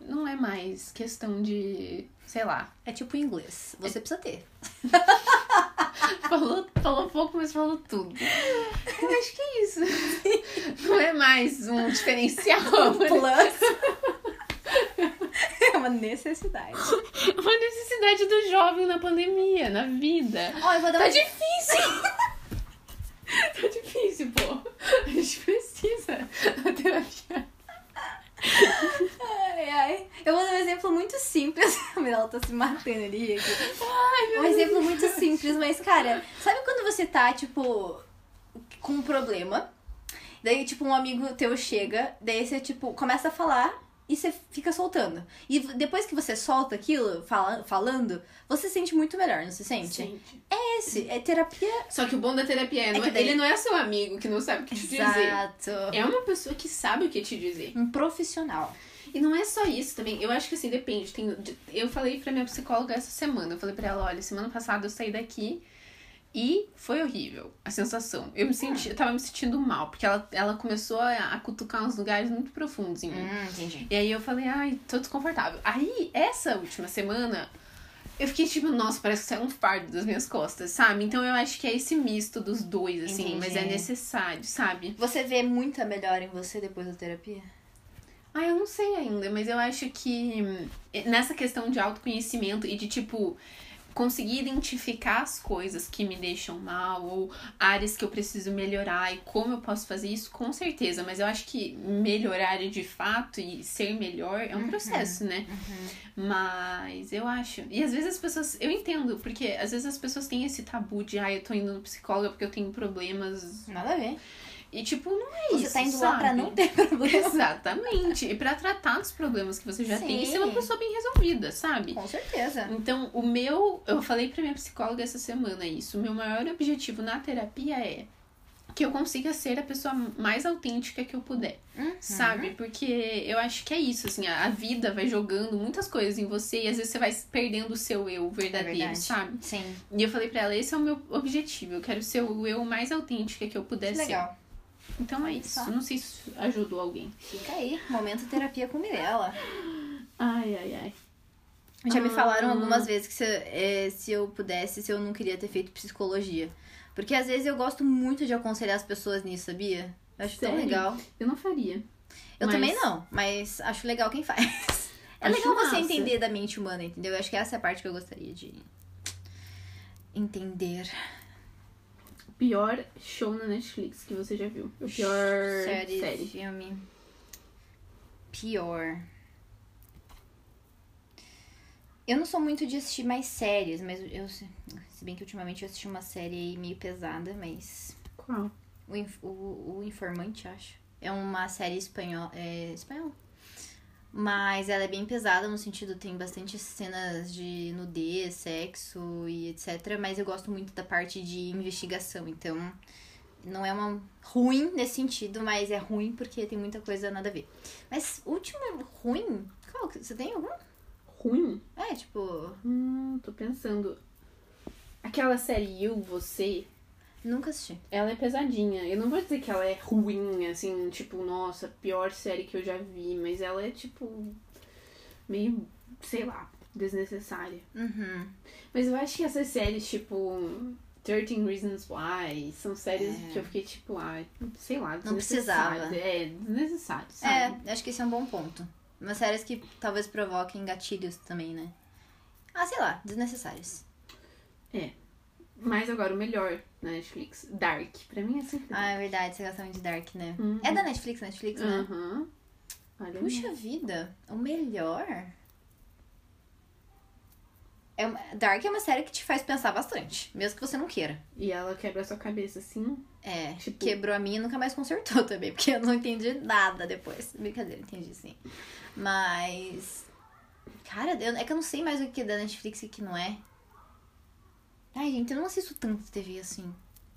S1: não é mais questão de, sei lá.
S2: É tipo inglês. Você precisa ter.
S1: Falou, falou pouco, mas falou tudo. Eu acho que é isso. Não é mais um diferencial,
S2: Um
S1: é
S2: Plus. é uma necessidade.
S1: uma necessidade do jovem na pandemia, na vida.
S2: Ó, eu vou dar um
S1: Tá
S2: uma
S1: difícil! tá difícil, pô. A gente precisa da terapia.
S2: Ai, ai. Eu vou dar um exemplo muito simples. A Mirella tá se matando ali.
S1: Ai,
S2: Um exemplo muito simples, mas, cara, sabe quando você tá, tipo, com um problema? Daí, tipo, um amigo teu chega, daí você, tipo, começa a falar e você fica soltando. E v- depois que você solta aquilo, fala, falando, você se sente muito melhor, não se sente?
S1: Gente.
S2: É esse, é terapia.
S1: Só que o bom da terapia é, não
S2: que
S1: é-
S2: daí-
S1: ele não é seu amigo que não sabe o que te dizer.
S2: Exato.
S1: É uma pessoa que sabe o que te dizer.
S2: Um profissional.
S1: E não é só isso também. Eu acho que assim, depende. Tem, de- eu falei pra minha psicóloga essa semana. Eu falei pra ela, olha, semana passada eu saí daqui e foi horrível a sensação. Eu me senti, eu tava me sentindo mal, porque ela, ela começou a, a cutucar uns lugares muito profundos em mim.
S2: Hum. entendi.
S1: E aí eu falei, ai, tô desconfortável. Aí, essa última semana, eu fiquei tipo, nossa, parece que saiu um fardo das minhas costas, sabe? Então eu acho que é esse misto dos dois, assim,
S2: Entendi.
S1: mas é necessário, sabe?
S2: Você vê muita melhor em você depois da terapia?
S1: Ah, eu não sei ainda, mas eu acho que hum, nessa questão de autoconhecimento e de tipo conseguir identificar as coisas que me deixam mal ou áreas que eu preciso melhorar e como eu posso fazer isso, com certeza, mas eu acho que melhorar de fato e ser melhor é
S2: Uhum.
S1: um processo, né? Mas eu acho. E às vezes as pessoas. Eu entendo, porque às vezes as pessoas têm esse tabu de, ah, eu tô indo no psicólogo porque eu tenho problemas.
S2: Nada a ver.
S1: E tipo, não é
S2: você
S1: isso.
S2: tá indo lá pra
S1: sabe?
S2: não ter problema.
S1: Exatamente. E pra tratar os problemas que você já tem e ser uma
S2: Sim.
S1: pessoa bem resolvida, sabe?
S2: Com certeza.
S1: Então, o meu. Eu falei pra minha psicóloga essa semana isso. O meu maior objetivo na terapia é que eu consiga ser a pessoa mais autêntica que eu puder,
S2: Uhum.
S1: sabe? Porque eu acho que é isso, assim, a, a vida vai jogando muitas coisas em você e às vezes você vai perdendo o seu eu verdadeiro,
S2: É verdade.
S1: sabe?
S2: Sim.
S1: E eu falei pra ela, esse é o meu objetivo, eu quero ser o eu mais autêntica que eu puder ser.
S2: Legal.
S1: Então é
S2: Olha
S1: isso.
S2: só.
S1: Não sei se ajudou alguém.
S2: Fica aí. Momento terapia com Mirella.
S1: Ai, ai, ai.
S2: Já
S1: Ah.
S2: me falaram algumas vezes que se, é, se eu pudesse, se eu não queria ter feito psicologia. Porque às vezes eu gosto muito de aconselhar as pessoas nisso, sabia? Eu acho tão
S1: Sério?
S2: legal.
S1: Eu não faria.
S2: Eu
S1: Mas-
S2: também não, mas acho legal quem faz. É
S1: Acho
S2: legal você
S1: massa.
S2: entender da mente humana, entendeu? Eu acho que essa é a parte que eu gostaria de entender.
S1: Pior show na Netflix que você já viu. O pior
S2: série,
S1: série.
S2: filme. Pior. Eu não sou muito de assistir mais séries, mas eu. Se bem que ultimamente eu assisti uma série aí meio pesada, mas.
S1: Qual?
S2: O, Inf- o, o Informante, acho. É uma série espanhol, é, espanhol. Mas ela é bem pesada no sentido, tem bastante cenas de nudez, sexo e etc. Mas eu gosto muito da parte de investigação, então não é uma ruim nesse sentido, mas é ruim porque tem muita coisa nada a ver. Mas última ruim? Qual que- você tem algum?
S1: Ruim?
S2: É, tipo,
S1: Hum, tô pensando. Aquela série Eu, Você,
S2: nunca assisti.
S1: ela é pesadinha. Eu não vou dizer que ela é ruim, assim, tipo, nossa, pior série que eu já vi, mas ela é, tipo, meio, sei lá, desnecessária.
S2: Uhum.
S1: Mas eu acho que essas séries, tipo, 13 Reasons Why, são séries
S2: É.
S1: que eu fiquei, tipo, ai, sei lá,
S2: Não precisava.
S1: desnecessárias. É, desnecessário, sabe?
S2: É, acho que esse é um bom ponto. Umas séries que talvez provoquem gatilhos também, né? Ah, sei lá, desnecessários.
S1: Mas agora o melhor na Netflix, Dark. Pra mim é sempre
S2: Ah,
S1: Dark.
S2: é verdade, você gosta muito de Dark, né?
S1: Uhum.
S2: É da Netflix, Netflix, né?
S1: Aham. Olha
S2: Puxa vida, o melhor. É uma- Dark é uma série que te faz pensar bastante, mesmo que você não queira.
S1: E ela quebra sua cabeça, assim.
S2: É,
S1: Tipo-
S2: quebrou a minha e nunca mais consertou também, porque eu não entendi nada depois. Brincadeira, entendi sim. Mas. Cara, eu- é que eu não sei mais o que é da Netflix e o que não é. Ai, gente, eu não assisto tanto TV assim.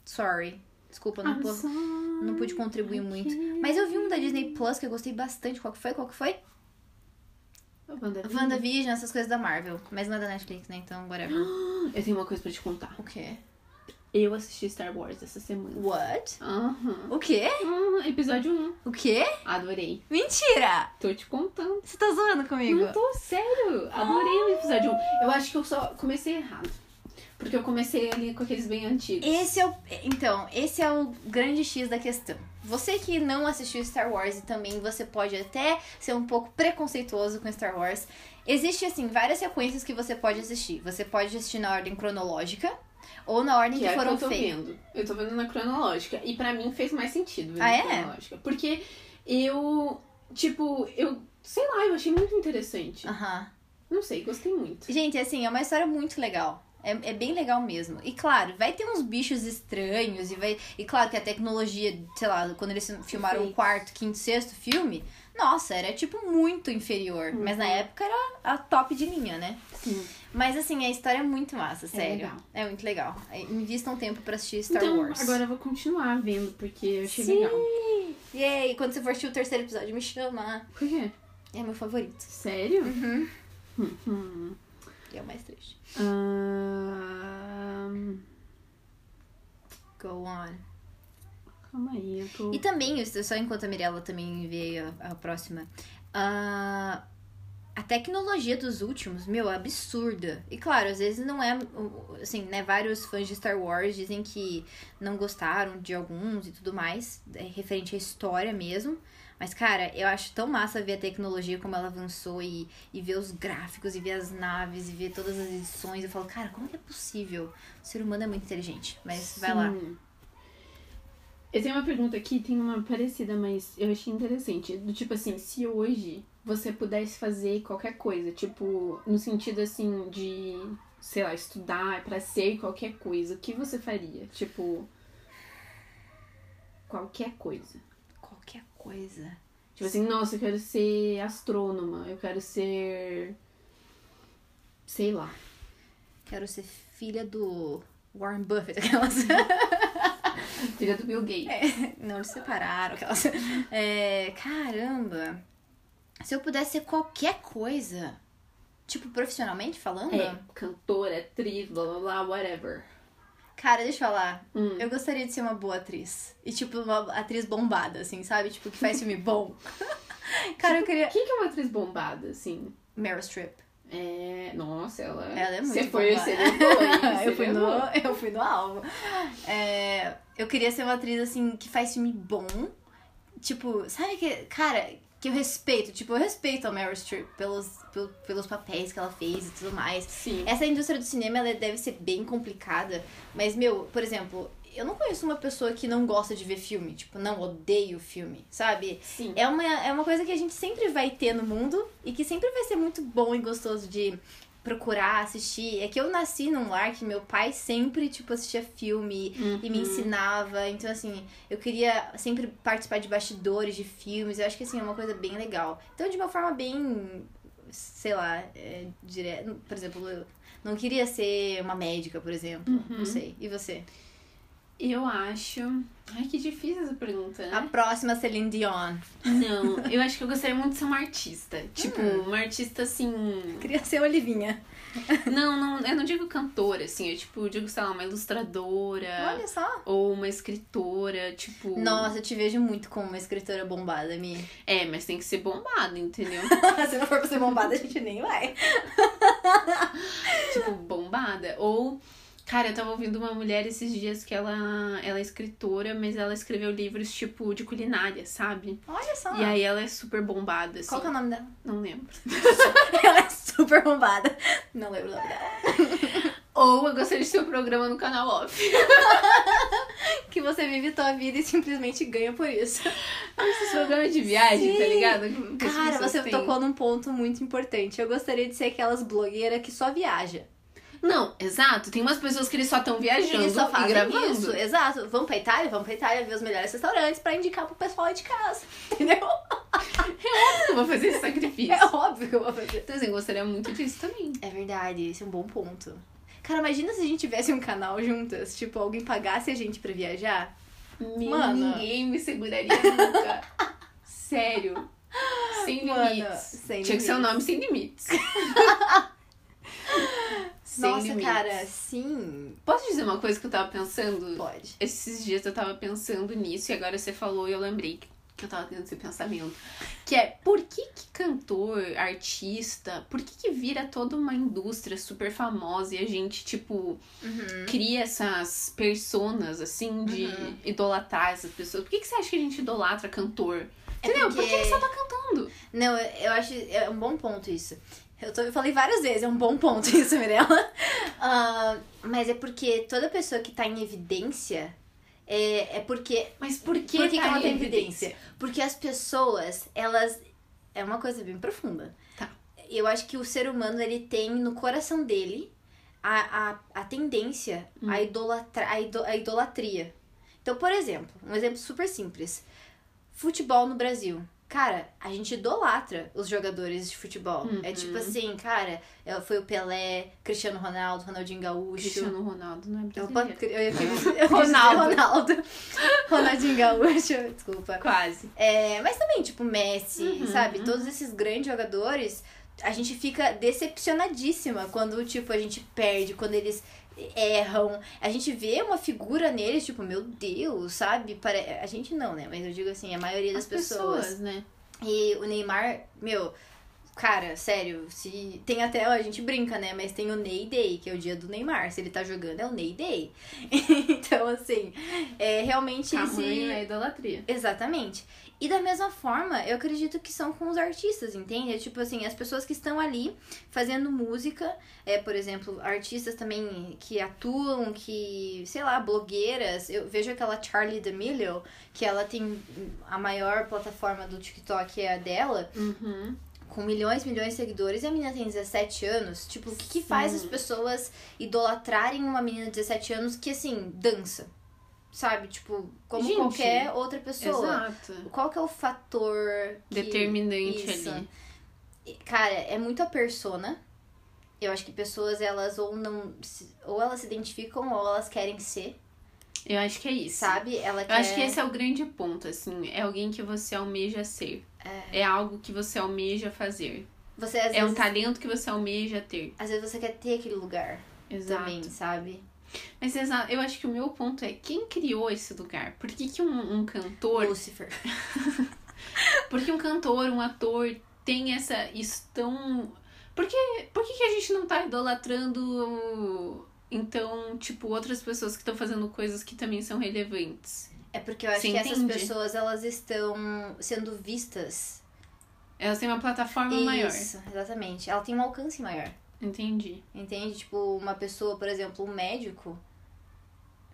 S2: Sorry. Desculpa, eu não, posso. não pude contribuir muito. Mas eu vi um da Disney Plus que eu gostei bastante. Qual que foi? Qual que foi?
S1: WandaVision.
S2: WandaVision, essas coisas da Marvel. Mas não é da Netflix, né? Então, whatever.
S1: Eu tenho uma coisa pra te contar.
S2: O quê?
S1: Eu assisti Star Wars essa semana.
S2: What?
S1: Aham.
S2: O quê?
S1: Aham, episódio 1.
S2: O quê?
S1: Adorei.
S2: Mentira!
S1: Tô te contando.
S2: Você tá zoando comigo?
S1: Não tô, sério. Adorei
S2: Ah.
S1: o episódio 1. Eu acho que eu só comecei errado. Porque eu comecei ali com aqueles bem antigos.
S2: Esse é o. Então, esse é o grande X da questão. Você que não assistiu Star Wars e também você pode até ser um pouco preconceituoso com Star Wars. Existe, assim, várias sequências que você pode assistir. Você pode assistir na ordem cronológica ou na
S1: Que
S2: ordem que,
S1: é o que
S2: foram
S1: eu tô
S2: feitas.
S1: vendo. Eu tô vendo na cronológica. E pra mim fez mais sentido ver
S2: Ah,
S1: na
S2: é?
S1: cronológica. Porque eu, tipo, eu, sei lá, eu achei muito interessante.
S2: Aham.
S1: Não sei, gostei muito.
S2: Gente, assim, é uma história muito legal. É, é bem legal mesmo. E claro, vai ter uns bichos estranhos e vai. E claro que a tecnologia, sei lá, quando eles filmaram o
S1: Efeitos.
S2: quarto, quinto, sexto filme, nossa, era tipo muito inferior.
S1: Uhum.
S2: Mas na época era a top de linha, né?
S1: Sim.
S2: Mas assim, a história é muito massa, sério.
S1: legal.
S2: É, muito legal. É, Invista um tempo pra assistir Star
S1: Então,
S2: Wars.
S1: agora eu vou continuar vendo, porque eu achei
S2: Sim.
S1: legal.
S2: E aí, quando você for assistir o terceiro episódio, me chama.
S1: Por quê?
S2: É meu favorito.
S1: Sério? Uhum.
S2: E é o mais triste.
S1: Ahn,
S2: Go on.
S1: Calma aí, eu tô.
S2: E também, isso só enquanto a Mirella também vê a, a próxima. ah, a tecnologia dos últimos, meu, é absurda. E claro, às vezes não é. Assim, né? Vários fãs de Star Wars dizem que não gostaram de alguns e tudo mais, é, referente à história mesmo. Mas, cara, eu acho tão massa ver a tecnologia como ela avançou e, e ver os gráficos, e ver as naves, e ver todas as edições. Eu falo, cara, como que é possível? O ser humano é muito inteligente. Mas vai lá.
S1: Sim. Eu tenho uma pergunta aqui, tem uma parecida, mas eu achei interessante. Do tipo assim, se hoje você pudesse fazer qualquer coisa, tipo, no sentido assim de, sei lá, estudar pra ser qualquer coisa, o que você faria? Tipo, qualquer coisa.
S2: Qualquer coisa.
S1: Tipo assim, nossa, eu quero ser astrônoma, eu quero ser. Sei lá.
S2: Quero ser filha do Warren Buffett, aquelas.
S1: Filha do Bill Gates.
S2: É. Não, eles separaram. Aquelas... É, caramba. Se eu pudesse ser qualquer coisa, tipo, profissionalmente falando...
S1: É, cantora, atriz, blá blá blá, whatever.
S2: Cara, deixa eu falar.
S1: Hum.
S2: Eu gostaria de ser uma boa atriz. E, tipo, uma atriz bombada, assim, sabe? Tipo, que faz filme bom. Cara, eu queria...
S1: Quem que é uma atriz bombada, assim?
S2: Meryl Streep.
S1: É. Nossa, ela.
S2: Ela é muito
S1: Você foi,
S2: bombada.
S1: você foi.
S2: eu, fui no,
S1: no.
S2: eu fui no alvo. É, eu queria ser uma atriz, assim, que faz filme bom. Tipo, sabe que... Cara, que eu respeito. Tipo, eu respeito a Meryl Streep pelos, pel- pelos papéis que ela fez e tudo mais.
S1: Sim.
S2: Essa indústria do cinema, ela deve ser bem complicada. Mas, meu, por exemplo, eu não conheço uma pessoa que não gosta de ver filme. Tipo, não odeio filme, sabe?
S1: Sim.
S2: É uma, é uma coisa que a gente sempre vai ter no mundo e que sempre vai ser muito bom e gostoso de procurar, assistir. É que eu nasci num lar que meu pai sempre, tipo, assistia filme
S1: Hum.
S2: e me ensinava. Então, assim, eu queria sempre participar de bastidores, de filmes. Eu acho que, assim, é uma coisa bem legal. Então, de uma forma bem, sei lá, é, direto. Por exemplo, eu não queria ser uma médica, por exemplo. Não sei. E você?
S1: Eu acho. Ai, que difícil essa pergunta, né?
S2: A próxima, Celine Dion.
S1: Não, eu acho que eu gostaria muito de ser uma artista. Tipo,
S2: Hum.
S1: uma artista assim.
S2: Queria ser Olivinha.
S1: Não, não, eu não digo cantora, assim, eu tipo, digo, sei lá, uma ilustradora.
S2: Olha só.
S1: Ou uma escritora, tipo.
S2: Nossa, eu te vejo muito como uma escritora bombada, Mi.
S1: É, mas tem que ser bombado, entendeu?
S2: Se não for pra ser bombada, a gente nem vai.
S1: tipo, bombada. Ou, cara, eu tava ouvindo uma mulher esses dias que ela, ela é escritora, mas ela escreveu livros, tipo, de culinária, sabe?
S2: Olha só.
S1: E aí ela é super bombada, assim.
S2: Qual que é o nome dela?
S1: Não lembro.
S2: Ela é super bombada. Não lembro o nome dela.
S1: Ou eu gostaria de ter um programa no canal off.
S2: Que você vive tua vida e simplesmente ganha por isso.
S1: Esses programas de viagem, tá
S2: Sim.
S1: ligado? Que as
S2: Cara,
S1: pessoas
S2: você
S1: têm.
S2: tocou num ponto muito importante. Eu gostaria de ser aquelas blogueiras que só viaja.
S1: Não, exato. Tem umas pessoas que eles só estão viajando
S2: Eles só
S1: e
S2: fazem
S1: gravando.
S2: isso. Exato. Vamos pra Itália? Vamos pra Itália ver os melhores restaurantes pra indicar pro pessoal aí de casa. Entendeu?
S1: Eu vou fazer esse sacrifício.
S2: É óbvio que eu vou fazer.
S1: Então, assim, eu gostaria muito disso também.
S2: É verdade, esse é um bom ponto. Cara, imagina se a gente tivesse um canal juntas, tipo, alguém pagasse a gente pra viajar. Mano.
S1: Ninguém me seguraria nunca. Sério. Sem
S2: Mano,
S1: limites.
S2: sem
S1: Tinha que ser o
S2: limites.
S1: nome sem limites. Sem
S2: Nossa,
S1: limites.
S2: cara, sim.
S1: Posso dizer uma coisa que eu tava pensando?
S2: Pode.
S1: Esses dias eu tava pensando nisso e agora você falou e eu lembrei que- que eu tava tendo esse pensamento. Que é, por que que cantor, artista, por que que vira toda uma indústria super famosa e a gente, tipo, cria essas personas, assim, de
S2: Uhum.
S1: idolatrar essas pessoas? Por que que você acha que a gente idolatra cantor? Entendeu? Porque...
S2: porque-
S1: ele só tá cantando.
S2: Não, eu- eu acho. É um bom ponto isso. Eu, tô- eu falei várias vezes, é um bom ponto isso, Mirella. Ah, mas é porque toda pessoa que tá em evidência é, é porque.
S1: Mas por que,
S2: por que,
S1: tá
S2: que ela
S1: em
S2: tem evidência? Porque as pessoas, elas. É uma coisa bem profunda.
S1: Tá.
S2: Eu acho que o ser humano, ele tem no coração dele a, a, a tendência
S1: Hum.
S2: a, idolatra, a, ido- a idolatria. Então, por exemplo, um exemplo super simples. Futebol no Brasil. Cara, a gente idolatra os jogadores de futebol.
S1: Uhum.
S2: É tipo assim, cara, é, foi o Pelé, Cristiano Ronaldo, Ronaldinho Gaúcho.
S1: Cristiano Ronaldo não é
S2: Eu,
S1: brasileiro.
S2: eu ia dizer Ronaldo. Ronaldo. Ronaldinho Gaúcho, desculpa.
S1: Quase.
S2: É, mas também, tipo, Messi,
S1: Uhum,
S2: sabe?
S1: uhum.
S2: Todos esses grandes jogadores, a gente fica decepcionadíssima quando, tipo, a gente perde, quando eles erram. A gente vê uma figura neles, tipo, meu Deus, sabe? Pare... A gente não, né? Mas eu digo assim, a maioria das
S1: As pessoas,
S2: pessoas.
S1: né?
S2: E o Neymar, meu, cara, sério, se tem até, ó, a gente brinca, né? Mas tem o Ney Day, que é o dia do Neymar. Se ele tá jogando, é o Ney Day. então, assim, é realmente esse.
S1: Tamanho é idolatria.
S2: Exatamente. E da mesma forma, eu acredito que são com os artistas, entende? É tipo assim, as pessoas que estão ali fazendo música, é, por exemplo, artistas também que atuam, que, sei lá, blogueiras. Eu vejo aquela Charlie D'Amelio, que ela tem a maior plataforma do TikTok é a dela,
S1: Uhum.
S2: com milhões, milhões de seguidores, e a menina tem 17 anos. Tipo, o que, que faz
S1: Sim.
S2: as pessoas idolatrarem uma menina de 17 anos que, assim, dança? Sabe? Tipo, como
S1: Gente,
S2: qualquer outra pessoa.
S1: Exato.
S2: Qual que é o fator que-
S1: Determinante
S2: Isso.
S1: ali.
S2: Cara, é muito a persona. Eu acho que pessoas, elas ou não. se- Ou elas se identificam ou elas querem ser.
S1: Eu acho que é isso.
S2: sabe? Ela
S1: Eu
S2: quer...
S1: acho que esse é o grande ponto, assim. É alguém que você almeja ser. É, algo que você almeja fazer.
S2: Você, às,
S1: É um
S2: vezes,
S1: talento que você almeja ter.
S2: às vezes você quer ter aquele lugar
S1: Exato.
S2: também, sabe?
S1: Mas exa- eu acho que o meu ponto é quem criou esse lugar? Por que, que um, um cantor,
S2: Lucifer.
S1: por que um cantor, um ator tem essa estão Por que, por que, que a gente não tá idolatrando então, tipo, outras pessoas que estão fazendo coisas que também são relevantes?
S2: É porque eu acho
S1: Você
S2: que essas
S1: entende?
S2: pessoas, elas estão sendo vistas.
S1: Elas têm uma plataforma Um maior.
S2: Isso, exatamente. Ela tem um alcance maior,
S1: Entendi.
S2: entende? Tipo, uma pessoa, por exemplo, um médico,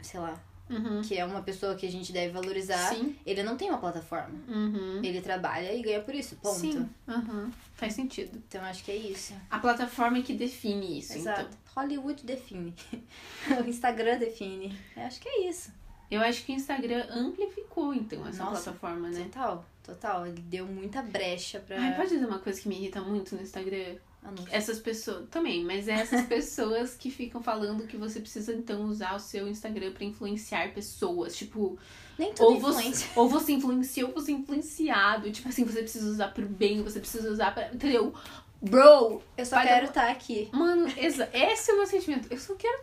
S2: sei lá,
S1: Uhum.
S2: que é uma pessoa que a gente deve valorizar,
S1: Sim.
S2: ele não tem uma plataforma.
S1: Uhum.
S2: Ele trabalha e ganha por isso, ponto.
S1: Sim. Uhum. Faz sentido.
S2: Então acho que é isso.
S1: A plataforma é que define isso, então.
S2: Hollywood define. o Instagram define. Eu acho que é isso.
S1: Eu acho que o Instagram amplificou, então, essa
S2: Nossa,
S1: plataforma, né?
S2: Total, total. Ele deu muita brecha pra.
S1: Ai, pode dizer uma coisa que me irrita muito no Instagram?
S2: Ah, não.
S1: Essas pessoas. Também, mas é essas pessoas que ficam falando que você precisa então usar o seu Instagram pra influenciar pessoas. Tipo,
S2: Nem todo
S1: ou
S2: influencer.
S1: você, ou você influencia ou você é influenciado. Tipo assim, você precisa usar pro bem, você precisa usar pra. Entendeu? Bro!
S2: Eu só
S1: Olha,
S2: quero estar aqui.
S1: Mano, exa- esse é o meu sentimento. Eu só quero.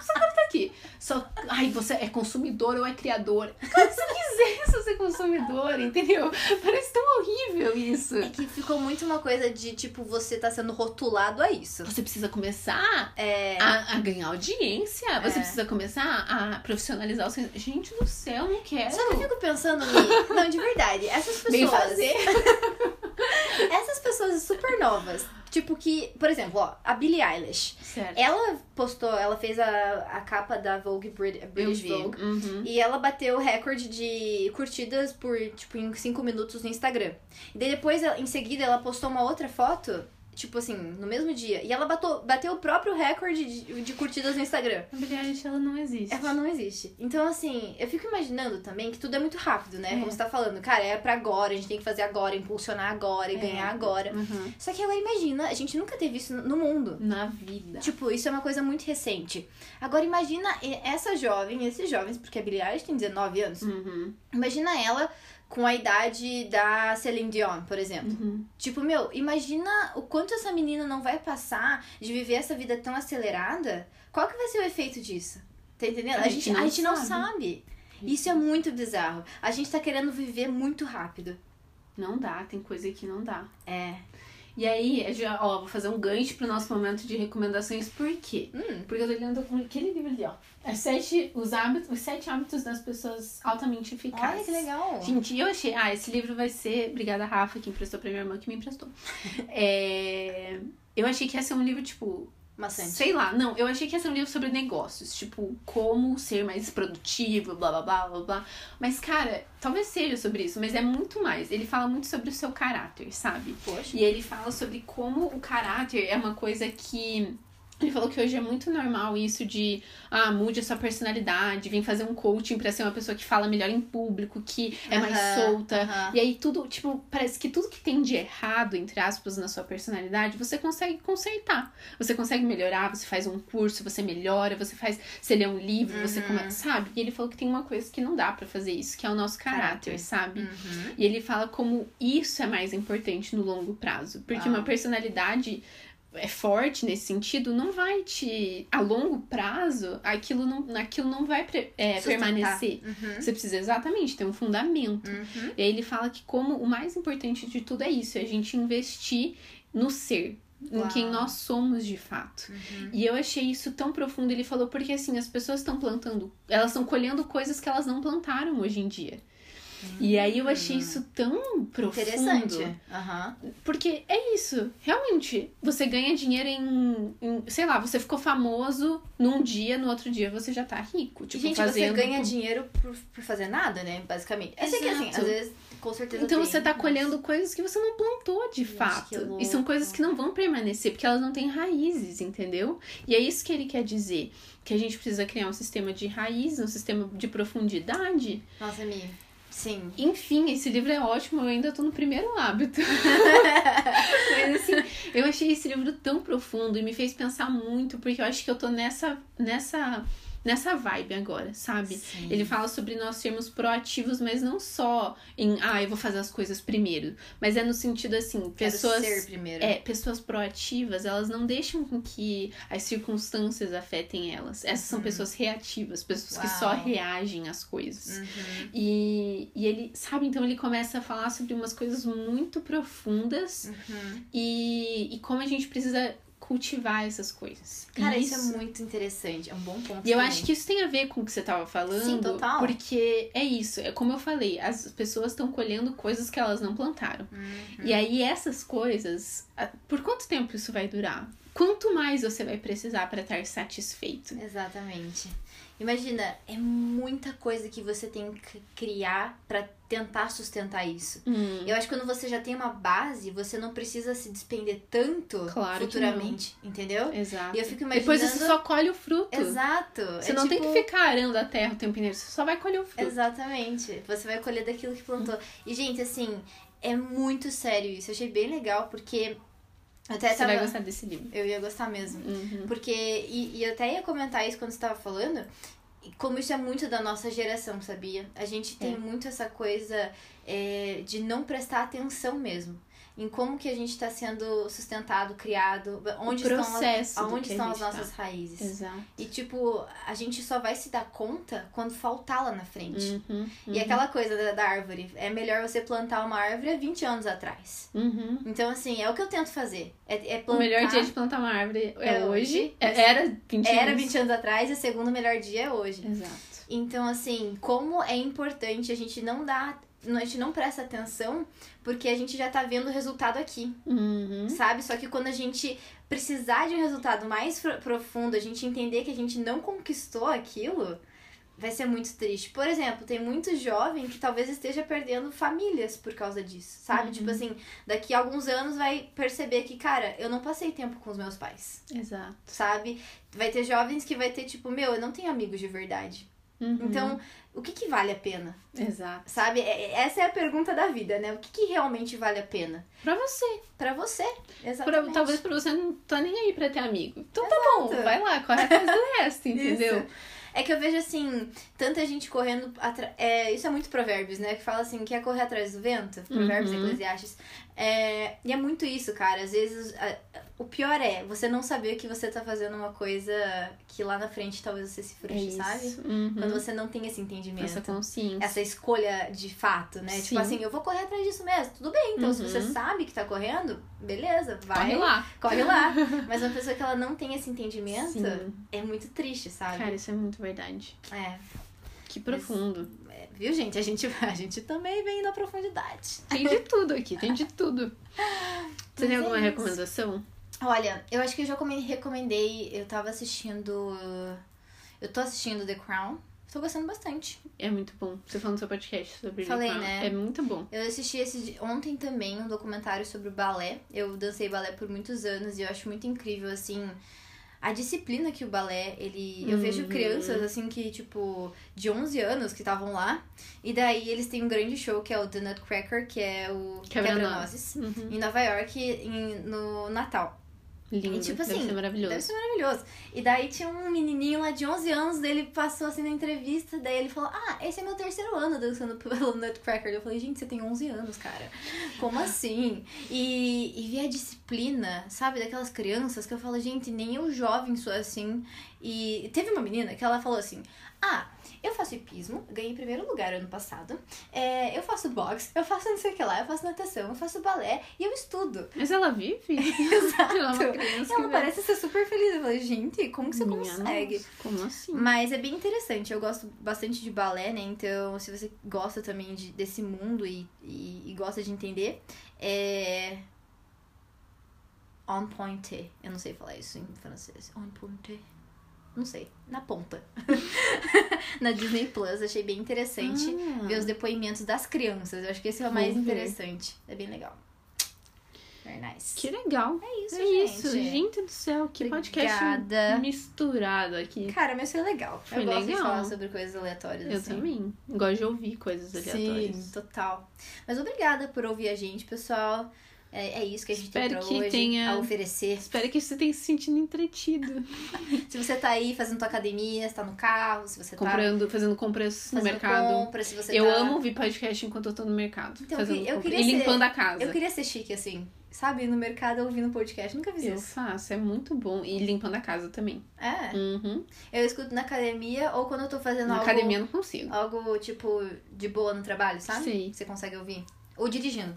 S1: Só quero estar aqui. Só. Ai, você é consumidor ou é criador? Cara, se quiser ser consumidor, entendeu? Parece tão horrível isso.
S2: É que ficou muito uma coisa de, tipo, você tá sendo rotulado a isso.
S1: Você precisa começar
S2: É.
S1: a, a ganhar audiência. Você
S2: É.
S1: precisa começar a profissionalizar o seu. Gente do céu, não quero.
S2: Só que eu fico pensando, Mi, não, de verdade, essas
S1: é?
S2: pessoas.
S1: Bem fazer.
S2: Essas pessoas super novas. Tipo que, por exemplo, ó, a Billie Eilish.
S1: Certo.
S2: Ela postou, ela fez a, a capa da Vogue Brit-
S1: eu
S2: British
S1: vi.
S2: Vogue.
S1: Uhum.
S2: E ela bateu o recorde de curtidas por, tipo, em 5 minutos no Instagram. E daí depois, ela- em seguida, ela postou uma outra foto, tipo assim, no mesmo dia. E ela bateu, bateu o próprio recorde de, de curtidas no Instagram.
S1: A Billie Eilish, ela não existe.
S2: Ela não existe. Então, assim, eu fico imaginando também que tudo é muito rápido, né?
S1: É.
S2: Como você tá falando, cara, é pra agora, a gente tem que fazer agora, impulsionar agora e
S1: É.
S2: ganhar agora.
S1: Uhum.
S2: Só que agora imagina, a gente nunca teve isso no mundo.
S1: Na vida.
S2: Tipo, isso é uma coisa muito recente. Agora imagina e- essa jovem, esses jovens, porque a Billie Eilish tem 19 anos.
S1: Uhum.
S2: Imagina ela com a idade da Celine Dion, por exemplo.
S1: Uhum.
S2: Tipo, meu, imagina o quanto essa menina não vai passar de viver essa vida tão acelerada. Qual que vai ser o efeito disso? Tá entendendo? A, gente, a gente não sabe. Isso é muito bizarro. A gente tá querendo viver muito rápido.
S1: Não dá, tem coisa que não dá.
S2: É.
S1: E aí, já, ó, vou fazer um gancho pro nosso momento de recomendações, por quê?
S2: Hum.
S1: Porque eu tô lendo com aquele livro ali, ó. As sete, os, hábitos, os sete hábitos das pessoas altamente eficazes.
S2: Olha que legal.
S1: Gente, eu achei. Ah, esse livro vai ser. Obrigada, Rafa, que emprestou pra minha irmã, que me emprestou. É, Eu achei que ia ser um livro, tipo,
S2: Maçante.
S1: Sei lá, não, eu achei que ia ser um livro sobre negócios, tipo, como ser mais produtivo, blá blá blá blá blá. Mas, cara, talvez seja sobre isso, mas é muito mais. Ele fala muito sobre o seu caráter, sabe?
S2: Poxa.
S1: E ele fala sobre como o caráter é uma coisa que. Ele falou que hoje é muito normal isso de ah, mude a sua personalidade, vem fazer um coaching pra ser uma pessoa que fala melhor em público, que é mais
S2: Aham,
S1: solta,
S2: aham.
S1: e aí tudo, tipo, parece que tudo que tem de errado, entre aspas, na sua personalidade, você consegue consertar. Você consegue melhorar, você faz um curso, você melhora, você faz, você lê um livro, você
S2: Uhum.
S1: começa, sabe? E ele falou que tem uma coisa que não dá pra fazer isso, que é o nosso caráter,
S2: Caráter.
S1: sabe?
S2: Uhum.
S1: E ele fala como isso é mais importante no longo prazo, porque
S2: Ah.
S1: uma personalidade é forte nesse sentido, não vai te a longo prazo, aquilo não, aquilo não vai pre- é,
S2: Sustentar.
S1: permanecer.
S2: Uhum.
S1: Você precisa exatamente ter um fundamento.
S2: Uhum.
S1: E aí ele fala que como o mais importante de tudo é isso, é a gente investir no ser,
S2: Uau.
S1: em quem nós somos de fato.
S2: Uhum.
S1: E eu achei isso tão profundo. Ele falou porque assim, as pessoas estão plantando, elas estão colhendo coisas que elas não plantaram hoje em dia. E aí eu achei isso tão profundo.
S2: Hum. Interessante. Aham.
S1: Porque é isso, realmente. Você ganha dinheiro em, em- sei lá, você ficou famoso num dia, no outro dia você já tá rico, tipo
S2: Gente,
S1: fazendo
S2: você ganha dinheiro por, por fazer nada, né? Basicamente. Eu sei que assim,
S1: Exato.
S2: às vezes, com certeza.
S1: Então
S2: tem,
S1: você tá
S2: mas-
S1: colhendo coisas que você não plantou de
S2: Gente, né? que
S1: fato.
S2: louco.
S1: E são coisas que não vão permanecer, porque elas não têm raízes, entendeu? E é isso que ele quer dizer. Que a gente precisa criar um sistema de raiz, um sistema de profundidade.
S2: Nossa, Mi. Sim.
S1: Enfim, esse livro é ótimo, eu ainda tô no primeiro hábito. Mas assim, eu achei esse livro tão profundo e me fez pensar muito, porque eu acho que eu tô nessa, nessa nessa vibe agora, sabe?
S2: Sim.
S1: Ele fala sobre nós sermos proativos, mas não só em, ah, eu vou fazer as coisas primeiro. Mas é no sentido assim,
S2: Quero
S1: pessoas.
S2: ser primeiro.
S1: É, pessoas proativas, elas não deixam com que as circunstâncias afetem elas. Essas são
S2: Uhum.
S1: pessoas reativas, pessoas que
S2: Uau.
S1: só reagem às coisas.
S2: Uhum.
S1: E, e ele, sabe, então ele começa a falar sobre umas coisas muito profundas
S2: Uhum.
S1: e, e como a gente precisa cultivar essas coisas. E
S2: Cara, isso. é muito interessante. É um bom ponto.
S1: E eu
S2: também.
S1: acho que isso tem a ver com o que você tava falando.
S2: Sim, total.
S1: Porque é isso, é como eu falei, as pessoas estão colhendo coisas que elas não plantaram.
S2: Uhum.
S1: E aí essas coisas, a- por quanto tempo isso vai durar? Quanto mais você vai precisar para estar satisfeito?
S2: Exatamente. Imagina, é muita coisa que você tem que criar pra tentar sustentar isso.
S1: Hum,
S2: Eu acho que quando você já tem uma base, você não precisa se despender tanto
S1: Claro que
S2: futuramente, entendeu?
S1: exato.
S2: E eu fico imaginando.
S1: Depois você só colhe o fruto.
S2: Exato.
S1: Você
S2: é
S1: não tem
S2: tipo-
S1: que ficar arando a terra o tempo inteiro, você só vai colher o fruto.
S2: Exatamente. Você vai colher daquilo que plantou. E, gente, assim, é muito sério isso. Eu achei bem legal, porque. eu Até
S1: Você
S2: tava...
S1: vai gostar desse livro.
S2: Eu ia gostar mesmo.
S1: Uhum.
S2: Porque. E, e eu até ia comentar isso quando você tava falando. e Como isso é muito da nossa geração, sabia? A gente tem
S1: É.
S2: muito essa coisa é, de não prestar atenção mesmo. Em como que a gente está sendo sustentado, criado, onde
S1: o
S2: estão, as-
S1: processo do
S2: aonde
S1: que a
S2: estão as
S1: gente tá.
S2: nossas raízes.
S1: Exato.
S2: E tipo, a gente só vai se dar conta quando faltar lá na frente.
S1: Uhum,
S2: E
S1: uhum,
S2: aquela coisa da, da árvore, é melhor você plantar uma árvore há 20 anos atrás.
S1: uhum.
S2: Então, assim, é o que eu tento fazer. É, é
S1: O
S2: plantar.
S1: melhor dia de plantar uma árvore é,
S2: É
S1: hoje.
S2: hoje.
S1: É- Era 20
S2: Era
S1: anos.
S2: 20 anos atrás e o segundo melhor dia é hoje.
S1: Exato.
S2: Então, assim, como é importante a gente não dar. A gente não presta atenção porque a gente já tá vendo o resultado aqui,
S1: Uhum.
S2: sabe? Só que quando a gente precisar de um resultado mais pro- profundo, a gente entender que a gente não conquistou aquilo, vai ser muito triste. Por exemplo, tem muito jovem que talvez esteja perdendo famílias por causa disso, sabe?
S1: Uhum.
S2: Tipo assim, daqui a alguns anos vai perceber que, cara, eu não passei tempo com os meus pais,
S1: Exato.
S2: sabe? Vai ter jovens que vai ter tipo, meu, eu não tenho amigos de verdade.
S1: Uhum.
S2: Então, o que que vale a pena?
S1: Exato.
S2: Sabe? É- é- Essa é a pergunta da vida, né? O que que realmente vale a pena?
S1: Pra você.
S2: Pra você,
S1: Pra-
S2: exatamente.
S1: talvez pra você não tá nem aí pra ter amigo. Então tá bom,
S2: Exato.
S1: vai lá, corre atrás do resto, entendeu?
S2: Isso. É que eu vejo assim, tanta gente correndo atra... é, Isso é muito provérbios, né? Que fala assim, quer correr atrás do vento? Provérbios
S1: Uhum.
S2: eclesiastes. É, E é muito isso, cara. Às vezes a- o pior é você não saber que você tá fazendo uma coisa que lá na frente talvez você se
S1: É
S2: frustre, sabe?
S1: Uhum.
S2: Quando você não tem esse entendimento.
S1: Essa consciência.
S2: Essa escolha de fato, né?
S1: Sim.
S2: Tipo assim, eu vou correr atrás disso mesmo. Tudo bem, então se
S1: Uhum.
S2: você sabe que tá correndo, beleza, vai.
S1: Corre lá.
S2: Corre lá. Mas uma pessoa que ela não tem esse entendimento
S1: Sim.
S2: é muito triste, sabe?
S1: Cara, isso é muito verdade.
S2: É,
S1: Que profundo.
S2: é, viu, gente? A gente, a gente também vem na profundidade.
S1: Tem de tudo aqui, tem de tudo. Você
S2: Mas
S1: tem
S2: é
S1: alguma
S2: isso.
S1: recomendação?
S2: Olha, eu acho que eu já come- recomendei. Eu tava assistindo. Eu tô assistindo The Crown. Tô gostando bastante.
S1: É muito bom. Você falou no seu podcast sobre
S2: Falei,
S1: Lincoln.
S2: né?
S1: É muito bom.
S2: Eu assisti esse de- ontem também um documentário sobre o balé. Eu dancei balé por muitos anos e eu acho muito incrível, assim, a disciplina que o balé, ele. Eu vejo
S1: Uhum.
S2: crianças, assim, que, tipo, de 11 anos que estavam lá. E daí eles têm um grande show que é o The Nutcracker, que é o
S1: Quebra-nozes.
S2: Quebra-Nozes.
S1: Uhum.
S2: Em Nova York, em- no Natal.
S1: Lindo.
S2: E tipo
S1: Deve
S2: assim,
S1: ser maravilhoso.
S2: Deve ser maravilhoso. E daí tinha um menininho lá de 11 anos, daí ele passou assim na entrevista, daí ele falou: Ah, esse é meu terceiro ano dançando pelo Nutcracker. Eu falei: Gente, você tem 11 anos, cara. Como assim? E, e ver a disciplina, sabe, daquelas crianças que eu falo: Gente, nem eu jovem sou assim. E teve uma menina que ela falou assim: Ah, eu faço hipismo, ganhei primeiro lugar ano passado. É, eu faço boxe, eu faço não sei o que lá, eu faço natação, eu faço balé e eu estudo.
S1: Mas ela vive? Exato. Ela é uma criança
S2: Ela
S1: que vai-
S2: parece ser super feliz. Eu falei, gente, como que você
S1: Minha
S2: consegue?
S1: nossa, Como assim?
S2: Mas é bem interessante, eu gosto bastante de balé, né? Então, se você gosta também de- desse mundo e, e, e gosta de entender, é. On pointe. Eu não sei falar isso em francês. On pointe. Não sei. Na ponta. Na Disney Plus, achei bem interessante
S1: Ah.
S2: ver os depoimentos das crianças. Eu acho que esse é o
S1: Vou
S2: mais
S1: ver.
S2: interessante. É bem legal. Very nice.
S1: Que legal.
S2: É isso,
S1: é
S2: gente.
S1: isso, gente do céu. Que podcast
S2: Obrigada.
S1: misturado aqui.
S2: Cara, mas foi legal.
S1: Foi
S2: eu gosto de
S1: legal.
S2: falar sobre coisas aleatórias.
S1: Eu
S2: assim.
S1: também. Gosto de ouvir coisas
S2: Sim,
S1: aleatórias.
S2: total. Mas obrigada por ouvir a gente, pessoal. É, é isso que a gente tem
S1: Espero
S2: pra
S1: que
S2: hoje
S1: tenha-
S2: a oferecer.
S1: Espero que você tenha se sentido entretido.
S2: Se você tá aí fazendo tua academia, se tá no carro, se você tá
S1: Comprando, fazendo compras no
S2: fazendo
S1: mercado.
S2: compra, se você
S1: Eu
S2: tá...
S1: amo ouvir podcast enquanto eu tô no mercado.
S2: Então, eu
S1: fazendo
S2: que- eu
S1: compra.
S2: queria
S1: E
S2: ser-
S1: limpando a casa.
S2: Eu queria ser chique, assim. Sabe, no mercado ouvindo podcast. Nunca fiz
S1: Eu
S2: isso.
S1: faço, é muito bom. E limpando a casa também.
S2: É.
S1: Uhum.
S2: Eu escuto na academia ou quando eu tô fazendo
S1: Na
S2: algo...
S1: academia eu não consigo.
S2: Algo, tipo, de boa no trabalho, sabe?
S1: Sei.
S2: Você consegue ouvir. Ou dirigindo.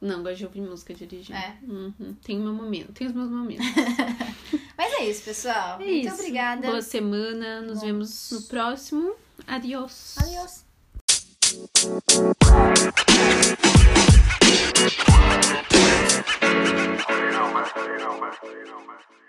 S1: Não, gosto de ouvir música dirigindo.
S2: É.
S1: Uhum. Tem meu momento, tem os meus momentos.
S2: Mas é isso, pessoal.
S1: É
S2: Muito
S1: isso.
S2: obrigada.
S1: Boa semana, nos
S2: Bom.
S1: vemos no próximo. Adiós.
S2: Adiós.
S3: You don't mess, you don't mess, you don't mess.